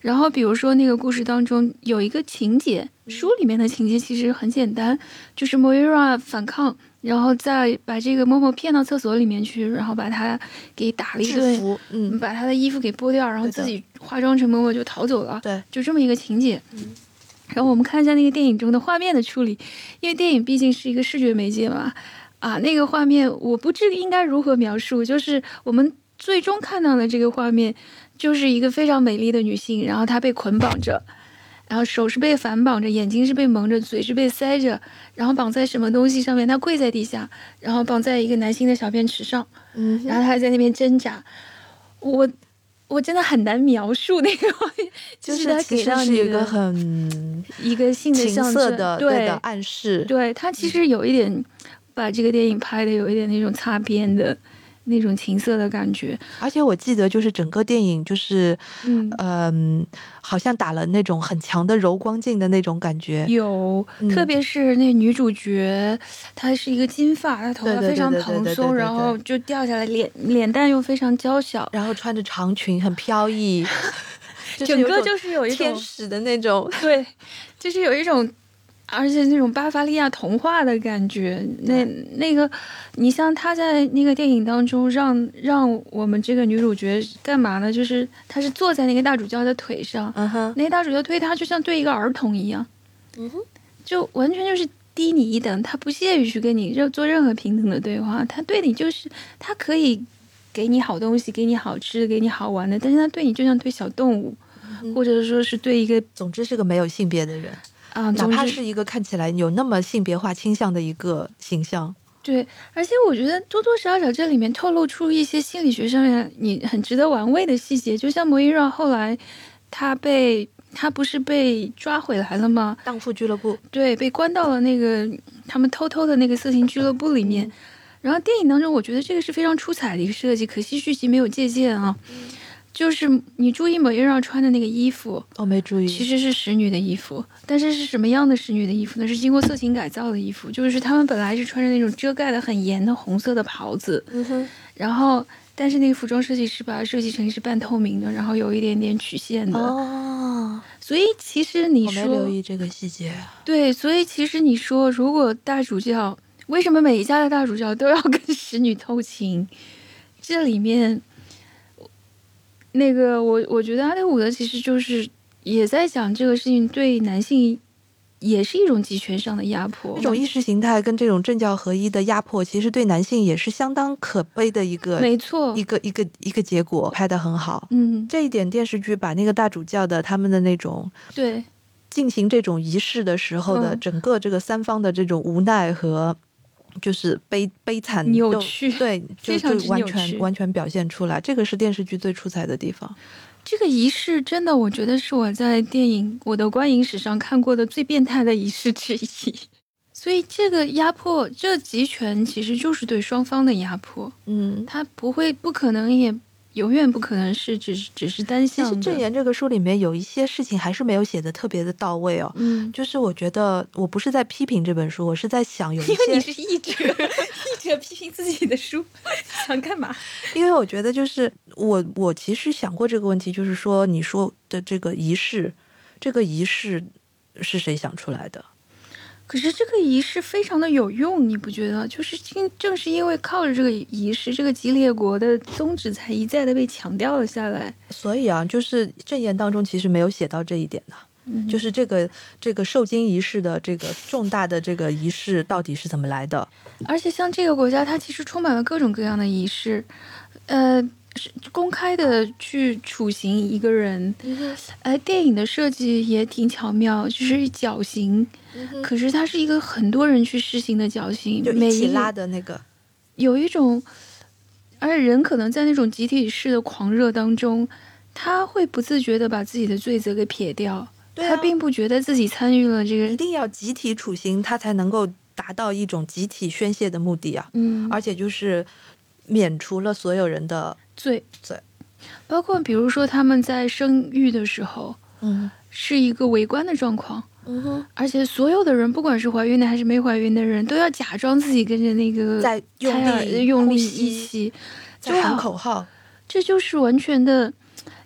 S2: 然后比如说那个故事当中有一个情节，
S1: 嗯
S2: 书里面的情节其实很简单，就是 Moira 反抗，然后再把这个 Momo 骗到厕所里面去，然后把他给打了一
S1: 制
S2: 顿，
S1: 服，嗯，
S2: 把他的衣服给剥掉，然后
S1: 对的
S2: 自己化妆成 Momo 就逃走了。
S1: 对，
S2: 就这么一个情节。然后我们看一下那个电影中的画面的处理，因为电影毕竟是一个视觉媒介嘛，啊，那个画面我不知应该如何描述，就是我们最终看到的这个画面，就是一个非常美丽的女性，然后她被捆绑着。然后手是被反绑着，眼睛是被蒙着，嘴是被塞着，然后绑在什么东西上面？她跪在地下，然后绑在一个男性的小便池上，
S1: 嗯
S2: 然后他还在那边挣扎，我我真的很难描述那个画面，
S1: 就
S2: 他
S1: 是其
S2: 给
S1: 实
S2: 到
S1: 是
S2: 你
S1: 一个很
S2: 一个性的
S1: 情
S2: 象
S1: 色
S2: 征
S1: 的对
S2: 对
S1: 的嗯暗示。
S2: 对，他其实有一点把这个电影拍的有一点那种擦边的那种情色的感觉，
S1: 而且我记得，就是整个电影就是，
S2: 嗯，
S1: 嗯，好像打了那种很强的柔光镜的那种感觉。
S2: 有
S1: 嗯，
S2: 特别是那女主角，她是一个金发，她头
S1: 对
S2: 发
S1: 对
S2: 非
S1: 对
S2: 常
S1: 对对对
S2: 蓬
S1: 对
S2: 松，
S1: 对
S2: 然后就掉下来，脸脸蛋又非常娇小，
S1: 然后穿着长裙，很飘 逸，就是
S2: 整
S1: 有
S2: 个
S1: 种
S2: 就是有一
S1: 天
S2: 种
S1: 使的那种。
S2: 对，就是有一种，而且那种巴伐利亚童话的感觉。那那个，你像他在那个电影当中让让我们这个女主角干嘛呢？就是她是坐在那个大主教的腿上，
S1: 嗯哼，
S2: 那个大主教推她就像对一个儿童一样，
S1: 嗯
S2: 就完全就是。低你一等，他不屑于去跟你任做任何平等的对话，他对你就是他可以给你好东西，给你好吃的，给你好玩的，但是他对你就像对小动物，
S1: 嗯哼
S2: 或者说是对一个
S1: 总之是个没有性别的人，
S2: 啊，
S1: 哪
S2: 总
S1: 怕
S2: 之
S1: 是一个看起来有那么性别化倾向的一个形象。
S2: 对，而且我觉得多多少少这里面透露出一些心理学上面你很值得玩味的细节，就像摩伊让后来他被他不是被抓回来了吗？
S1: 荡妇俱乐部，
S2: 对，被关到了那个他们偷偷的那个色情俱乐部里
S1: 嗯
S2: 面。然后电影当中，我觉得这个是非常出彩的一个设计，可惜续集没有借鉴啊。
S1: 嗯
S2: 就是你注意某一让穿的那个衣服，
S1: 我没注意。
S2: 其实是使女的衣服，但是是什么样的使女的衣服呢？是经过色情改造的衣服，就是她们本来是穿着那种遮盖的很严的红色的袍子，
S1: 嗯哼，
S2: 然后但是那个服装设计师把它设计成是半透明的，然后有一点点曲线的，
S1: 哦，
S2: 所以其实你
S1: 嗯我没
S2: 说
S1: 留意这个细节。
S2: 对，所以其实你说，如果大主教为什么每一家的大主教都要 跟使女偷情？这里面，那个我我觉得阿里伍德其实就是也在讲这个事情对男性也是一种集权上的压迫，
S1: 这种意识形态跟这种政教合一的压迫，其实对男性也是相当可悲的一个
S2: 没错
S1: 一，个一个一个结果，拍得很好。
S2: 嗯，
S1: 这一点电视剧把那个大主教的他们的那种
S2: 对
S1: 进行这种仪式的时候的
S2: 嗯
S1: 整个这个三方的这种无奈和就是悲悲惨
S2: 扭
S1: 就
S2: 曲
S1: 对，就
S2: 非常
S1: 就
S2: 之
S1: 完
S2: 扭曲
S1: 全完全表现出来，这个是电视剧最出彩的地方。
S2: 这个仪式真的，我觉得是我在电影我的观影史上看过的最变态的仪式之一。 所以这个压迫，这集权其实就是对双方的压迫，
S1: 嗯，
S2: 它不会、不可能也永远不可能是只是只是单
S1: 其
S2: 向
S1: 实
S2: 的。
S1: 《证言》这个书里面有一些事情还是没有写的特别的到位哦。
S2: 嗯，
S1: 就是我觉得我不是在批评这本书，我是在想有一些
S2: 因为你是译者， 译者批评自己的书， 想干嘛？
S1: 因为我觉得就是我我其实想过这个问题，就是说你说的这个仪式，这个仪式是谁想出来的？
S2: 可是这个仪式非常的有用，你不觉得？就是正正是因为靠着这个仪式，这个吉列国的宗旨才一再的被强调了下来。
S1: 所以啊，就是证言当中其实没有写到这一点的、
S2: 嗯
S1: 就是这个这个受精仪式的这个重大的这个仪式到底是怎么来的？
S2: 而且像这个国家，它其实充满了各种各样的仪式，呃，是公开的去处刑一个人。
S1: 嗯
S2: 哎，电影的设计也挺巧妙，就是绞刑，
S1: 嗯
S2: 可是它是一个很多人去施行的绞刑
S1: 就，
S2: 每
S1: 一起
S2: 个
S1: 拉的那个，
S2: 有一种，而且人可能在那种集体式的狂热当中，他会不自觉的把自己的罪责给撇掉，
S1: 对啊
S2: 他并不觉得自己参与了这
S1: 一
S2: 个，
S1: 定要集体处刑，它才能够达到一种集体宣泄的目的啊！
S2: 嗯，
S1: 而且就是免除了所有人的
S2: 罪
S1: 罪，
S2: 包括比如说他们在生育的时候，
S1: 嗯
S2: 是一个围观的状况，
S1: 嗯哼。
S2: 而且所有的人，不管是怀孕的还是没怀孕的人，都要假装自己跟着那个
S1: 在用
S2: 胎儿
S1: 力
S2: 用
S1: 呼
S2: 力
S1: 吸
S2: 一起，
S1: 在喊
S2: 哇
S1: 口号，
S2: 这就是完全的，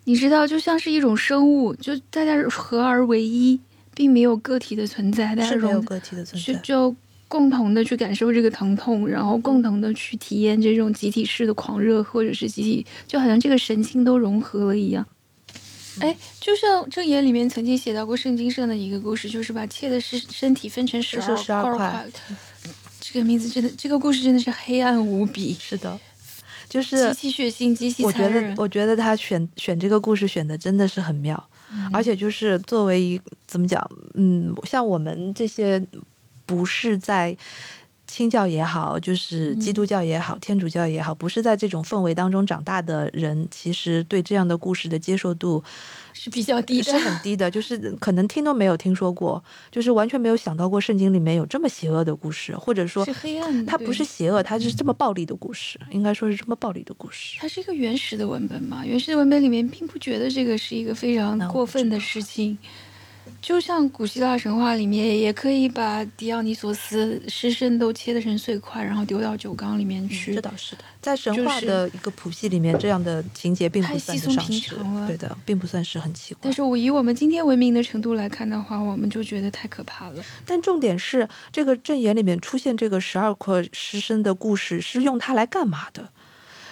S2: 你知道，就像是一种生物，就大家合而为一，并没有个体的存在，大家
S1: 是没有
S2: 融
S1: 个体的存
S2: 就
S1: 在。
S2: 就共同的去感受这个疼痛，然后共同的去体验这种集体式的狂热，或者是集体，就好像这个神经都融合了一样。哎，就像《正言》里面曾经写到过圣经上的一个故事，就是把妾的身身体分成十
S1: 是12
S2: 二块
S1: 块
S2: 块。这个名字真的，这个故事真的是黑暗无比，
S1: 是的，就是
S2: 极其血腥，极其
S1: 我觉
S2: 残
S1: 得
S2: 忍，。
S1: 我觉得他选选这个故事选的真的是很妙，而且就是作为一怎么讲，嗯，像我们这些不是在。清教也好，就是基督教也好，天主教也好，不是在这种氛围当中长大的人，其实对这样的故事的接受度
S2: 是比较低的
S1: 是。很低的，就是可能听都没有听说过，就是完全没有想到过圣经里面有这么邪恶的故事，或者说
S2: 是黑暗的，
S1: 它不
S2: 对
S1: 是邪恶，它是这么暴力的故事，应该说是这么暴力的故事。
S2: 它是一个原始的文本嘛？原始的文本里面并不觉得这个是一个非常
S1: 那我不
S2: 过分的事情，就像古希腊神话里面也可以把狄奥尼索斯尸身都切得成碎块，然后丢到酒缸里面去。
S1: 嗯这倒是的，在神
S2: 就
S1: 话
S2: 是
S1: 的一个谱系里面，这样的情节并不
S2: 太
S1: 算
S2: 稀
S1: 得
S2: 松
S1: 上
S2: 平
S1: 是
S2: 常，了
S1: 对的，并不算是很奇怪
S2: 但。是我以我们今天文明的程度来看的话，我们就觉得太可怕了。
S1: 但重点是，这个正言里面出现这个十二颗尸身的故事是用它来干嘛的？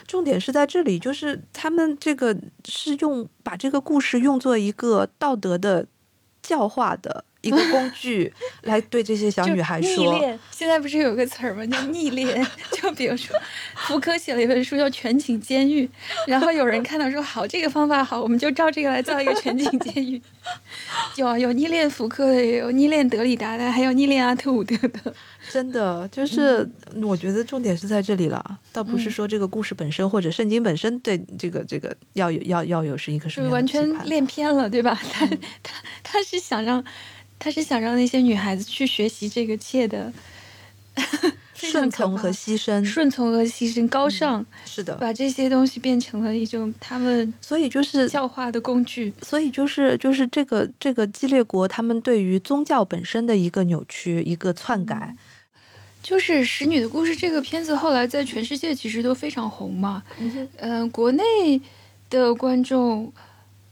S1: 重点是在这里，就是他们这个是用把这个故事用作一个道德的教化的一个工 具，来对这些小
S2: 就
S1: 啊女孩
S2: 逆
S1: 说，
S2: 恋，现在不是有个词儿吗？叫逆恋。 就比如说，福柯写了一本书叫《全景监狱》，然后有人看到说好，这个方法好，我们就照这个来造一个全景监狱。有有逆恋福柯的，也有逆恋德里达的，还有逆恋阿特伍德的。
S1: 真的，
S2: 嗯
S1: 就是嗯我觉得重点是在这里了，倒不是说这个故事本身或者圣经本身对这个这个要有要要有是一个什
S2: 就
S1: 么
S2: 是
S1: 样的
S2: 完全
S1: 期盼
S2: 练偏了，对吧？
S1: 嗯
S2: 他他他是想让，他是想让那些女孩子去学习这个切的非常
S1: 顺
S2: 可
S1: 从和
S2: 怕
S1: 牺牲，
S2: 顺从和牺牲
S1: 嗯
S2: 高尚，
S1: 是的，
S2: 把这些东西变成了一种他们
S1: 所以就是
S2: 教化的工具。
S1: 所以就是就是这个这个激烈国，他们对于宗教本身的一个扭曲、一个篡改，
S2: 就是《使女的故事》这个片子后来在全世界其实都非常红嘛。嗯、国内的观众，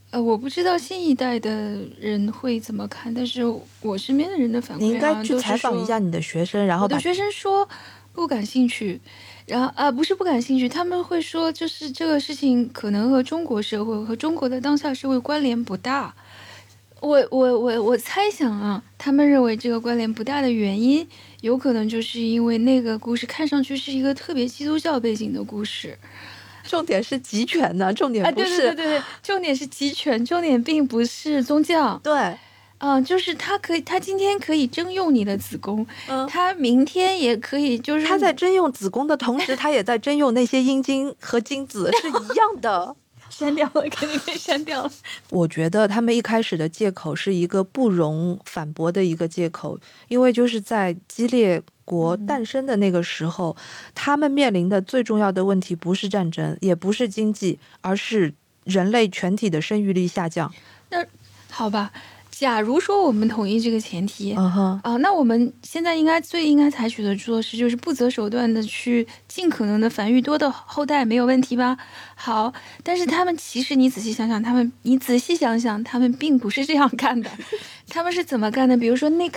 S2: 呃，我不知道新一代的人会怎么看，但是我身边的人的反馈
S1: 你应
S2: 好
S1: 该
S2: 像
S1: 去
S2: 啊都是
S1: 采访一
S2: 说
S1: 下你的学生，然后
S2: 我
S1: 把
S2: 的学生说不感兴趣，然后啊、不是不感兴趣，他们会说就是这个事情可能和中国社会和中国的当下社会关联不大。我我我我猜想啊，他们认为这个关联不大的原因，有可能就是因为那个故事看上去是一个特别基督教背景的故事，
S1: 重点是集权呢，重点
S2: 啊，
S1: 不
S2: 对对
S1: 是、
S2: 对对对，重点是集权，重点并不是宗教，
S1: 对，
S2: 嗯、就是他可以，他今天可以征用你的子宫，
S1: 嗯。
S2: 他明天也可以，就是
S1: 他在征用子宫的同时，他也在征用那些阴茎和精子，是一样的。
S2: 删掉了，肯定被删掉 了。
S1: 我觉得他们一开始的借口是一个不容反驳的一个借口，因为就是在激烈国诞生的那个时候，他们面临的最重要的问题不是战争，也不是经济，而是人类全体的生育率下降。
S2: 好吧，假如说我们同意这个前提。
S1: 嗯哼，
S2: 啊，那我们现在应该最应该采取的措施就是不择手段的去尽可能的繁育多的后代，没有问题吧？好，但是他们其实你仔细想想，他们你仔细想想，他们并不是这样 干的，他们是怎么干的？比如说 Nick。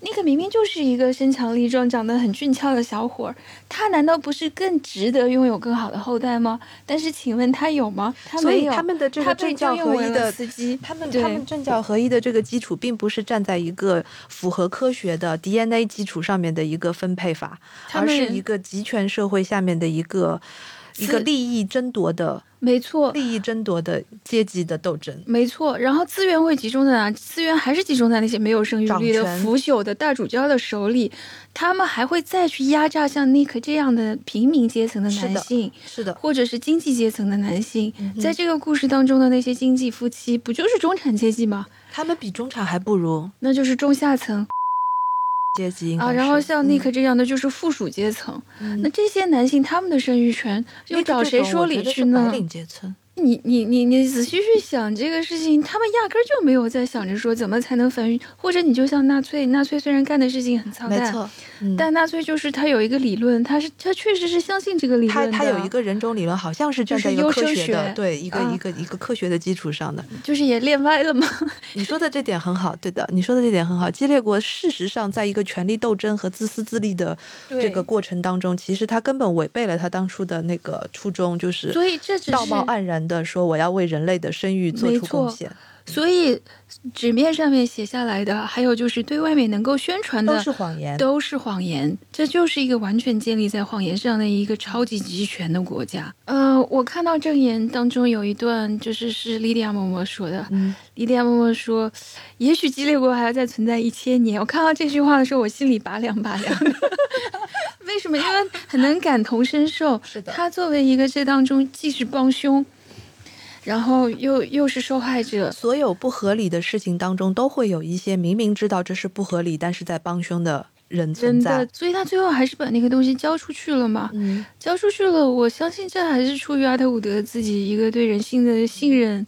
S2: Nick
S1: 嗯
S2: 明明就是一个身强力壮、长得很俊俏的小伙儿，他难道不是更值得拥有更好的后代吗？但是，请问他有吗？他
S1: 所
S2: 没
S1: 以
S2: 有。
S1: 他们的这
S2: 他
S1: 个
S2: 被
S1: 政
S2: 征
S1: 教
S2: 用
S1: 合
S2: 为
S1: 一
S2: 了
S1: 的
S2: 司机，
S1: 他们
S2: 对
S1: 他们政教合一的这个基础，并不是站在一个符合科学的 DNA 基础上面的一个分配法，
S2: 他
S1: 而
S2: 们
S1: 是一个集权社会下面的一个一
S2: 是
S1: 个利益争夺的
S2: 没错，
S1: 利益争夺的阶级的斗争。
S2: 没错，然后资源会集中在哪？资源还是集中在那些没有生育率的
S1: 掌权
S2: 腐朽的大主教的手里，他们还会再去压榨像 Nick 这样的平民阶层的
S1: 是
S2: 男
S1: 的
S2: 性，
S1: 是的，
S2: 或者是经济阶层的男性。
S1: 嗯哼
S2: 在这个故事当中的那些经济夫妻，不就是中产阶级吗？
S1: 他们比中产还不如
S2: 那就是中下层
S1: 阶级应该
S2: 啊。
S1: 是
S2: 然后像
S1: 嗯
S2: Nick 这样的就是附属阶层。
S1: 嗯
S2: 那这些男性他们的生育权又
S1: Nick
S2: 找
S1: 这
S2: 谁
S1: 种
S2: 说
S1: 我觉
S2: 理
S1: 得是
S2: 去呢？
S1: 白领阶层，
S2: 你你你你仔细去想这个事情，他们压根儿就没有在想着说怎么才能繁育，或者你就像纳粹，纳粹虽然干的事情很操
S1: 没
S2: 蛋，
S1: 错。嗯
S2: 哦但纳粹就是他有一个理论，他是他确实是相信这个理
S1: 他
S2: 论的，
S1: 他有一个人种理论，好像是
S2: 就
S1: 站在
S2: 是
S1: 一个
S2: 优
S1: 科
S2: 生
S1: 学的，
S2: 学
S1: 对一个、
S2: 啊
S1: 一个一个科学的基础上的。
S2: 就是也练歪了嘛，
S1: 你说的这点很好，对的，你说的这点很好。激烈国事实上在一个权力斗争和自私自利的这个过程当中，其实他根本违背了他当初的那个初衷，就是
S2: 所以这只是
S1: 道貌岸然的说我要为人类的生育做
S2: 没
S1: 出贡
S2: 错
S1: 献，
S2: 所以纸面上面写下来的，还有就是对外面能够宣传
S1: 都
S2: 的
S1: 是。谎言。
S2: 都是谎言，这就是一个完全建立在谎言上的一个超级集权的国家。呃，我看到证言当中有一段，就是是莉莉亚嬷嬷说的，
S1: 嗯，
S2: 莉莉亚嬷嬷说：“也许激烈国还要再存在一千年。”我看到这句话的时候，我心里拔凉拔凉的。 为什么？因为很能感同身受。
S1: 是的
S2: 他作为一个这当中既是帮凶，然后又又是受害者，
S1: 所有不合理的事情当中，都会有一些明明知道这是不合理，但是在帮凶的人
S2: 真
S1: 存
S2: 的
S1: 在。，
S2: 所以他最后还是把那个东西交出去了嘛。
S1: 嗯，
S2: 交出去了，我相信这还是出于阿特伍德自己一个对人性的信任，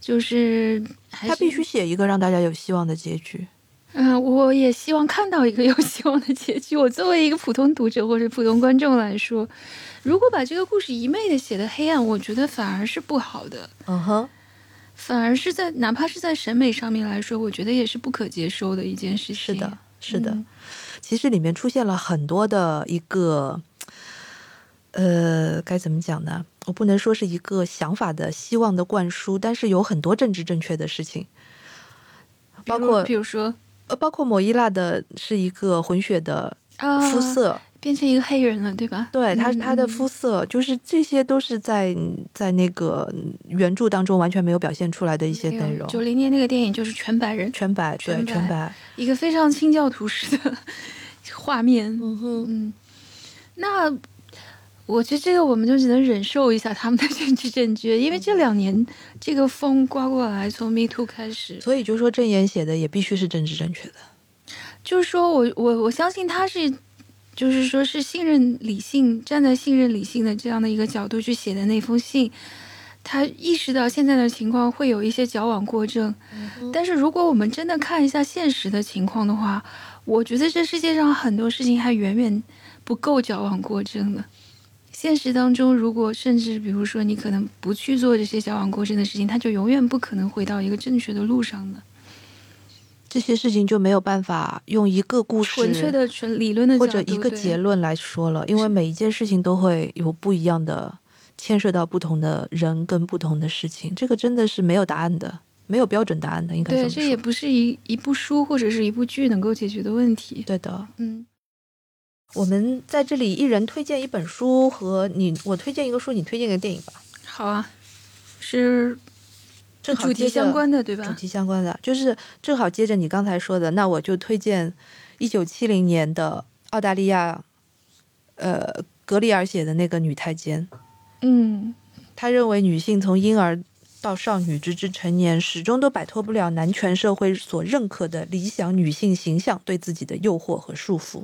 S2: 就是还是
S1: 他必须写一个让大家有希望的结局。
S2: 嗯，我也希望看到一个有 希望的结局。我作为一个普通读者或者普通观众来说，如果把这个故事一昧的写的黑暗，我觉得反而是不好的，
S1: 嗯哼，
S2: 反而是在哪怕是在审美上面来说，我觉得也是不可接受的一件事情。
S1: 是的，是的。
S2: 嗯
S1: 其实里面出现了很多的一个，呃，该怎么讲呢？我不能说是一个想法的希望的灌输，但是有很多政治正确的事情，
S2: 比
S1: 包
S2: 如
S1: 括
S2: 比如说
S1: 呃，包括莫伊拉的是一个混血的
S2: 啊，
S1: 肤色，
S2: 变成一个黑人了，对吧？
S1: 对他
S2: 嗯
S1: 他的肤色，就是这些都是在在那个原著当中完全没有表现出来的一些内容。
S2: 九零年那个电影就是全白人，
S1: 全白，对
S2: 全白
S1: 全白，
S2: 一个非常清教徒式的画面。
S1: 嗯哼，
S2: 嗯，那我觉得这个我们就只能忍受一下他们的政治正确，因为这两年这个风刮过来，从 Me Too 开始，
S1: 所以就说郑言写的也必须是政治正确的。
S2: 就是说我我我相信他是。就是说，是信任理性，站在信任理性的这样的一个角度去写的那封信，他意识到现在的情况会有一些矫枉过正，
S1: 嗯
S2: 但是如果我们真的看一下现实的情况的话，我觉得这世界上很多事情还远远不够矫枉过正的。现实当中，如果甚至比如说你可能不去做这些矫枉过正的事情，它就永远不可能回到一个正确的路上的。
S1: 这些事情就没有办法用一个故事
S2: 纯粹的纯理论的
S1: 或者
S2: 角度
S1: 一个
S2: 对
S1: 结论来说了，因为每一件事情都会有不一样的，牵涉到不同的人跟不同的事情，这个真的是没有答案的，没有标准答案的，应该
S2: 对，
S1: 么
S2: 这
S1: 说
S2: 也不是一一部书或者是一部剧能够解决的问题。
S1: 对的。
S2: 嗯，
S1: 我们在这里一人推荐一本书和你，我推荐一个书，你推荐一个电影吧。
S2: 好啊，是呃
S1: 正好
S2: 主
S1: 接
S2: 题
S1: 着
S2: 相关的对
S1: 主
S2: 吧？
S1: 题相关的，就是正好接着你刚才说的，那我就推荐一九七零年的澳大利亚，呃，格里尔写的那个《女太监》。
S2: 嗯，
S1: 他认为女性从婴儿到少女直至成年，始终都摆脱不了男权社会所认可的理想女性形象对自己的诱惑和束缚。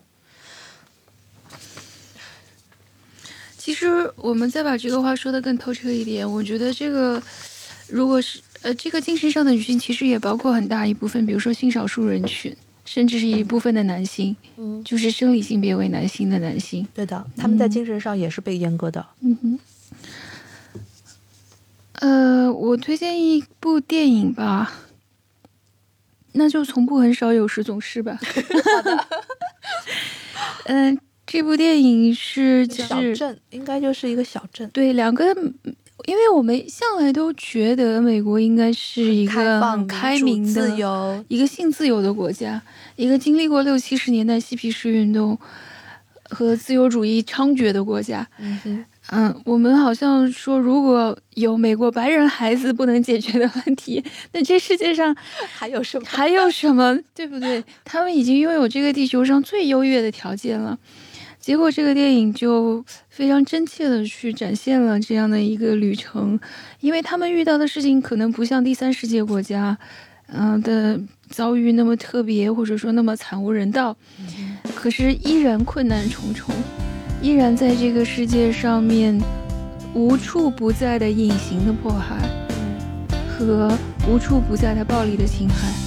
S2: 其实我们再把这个话说的更透彻一点，我觉得这个如果是呃，这个精神上的女性其实也包括很大一部分，比如说性少数人群，甚至是一部分的男性，
S1: 嗯，
S2: 就是生理性别为男性的嗯男性。
S1: 对的，他们在精神上也是被阉割的。
S2: 嗯哼。呃，我推荐一部电影吧，那就从不很少有时总是吧。好的。 嗯、这部电影是讲
S1: 小镇应该就是一个小镇，
S2: 对，两个，因为我们向来都觉得美国应该是一
S1: 开
S2: 个
S1: 放、
S2: 很开
S1: 民
S2: 明
S1: 主
S2: 的、
S1: 自由。
S2: 一个性自由的国家，一个经历过六七十年代嬉皮士运动和自由主义猖獗的国家。
S1: 嗯哼，
S2: 嗯，我们好像说，如果有美国白人孩子不能解决的问题，那这世界上
S1: 还有什么？
S2: 还有什么，对不对？他们已经拥有这个地球上最优越的条件了，结果这个电影就非常真切的去展现了这样的一个旅程，因为他们遇到的事情可能不像第三世界国家，嗯、的遭遇那么特别，或者说那么惨无人道，可是依然困难重重，依然在这个世界上面无处不在的隐形的迫害和无处不在的暴力的侵害。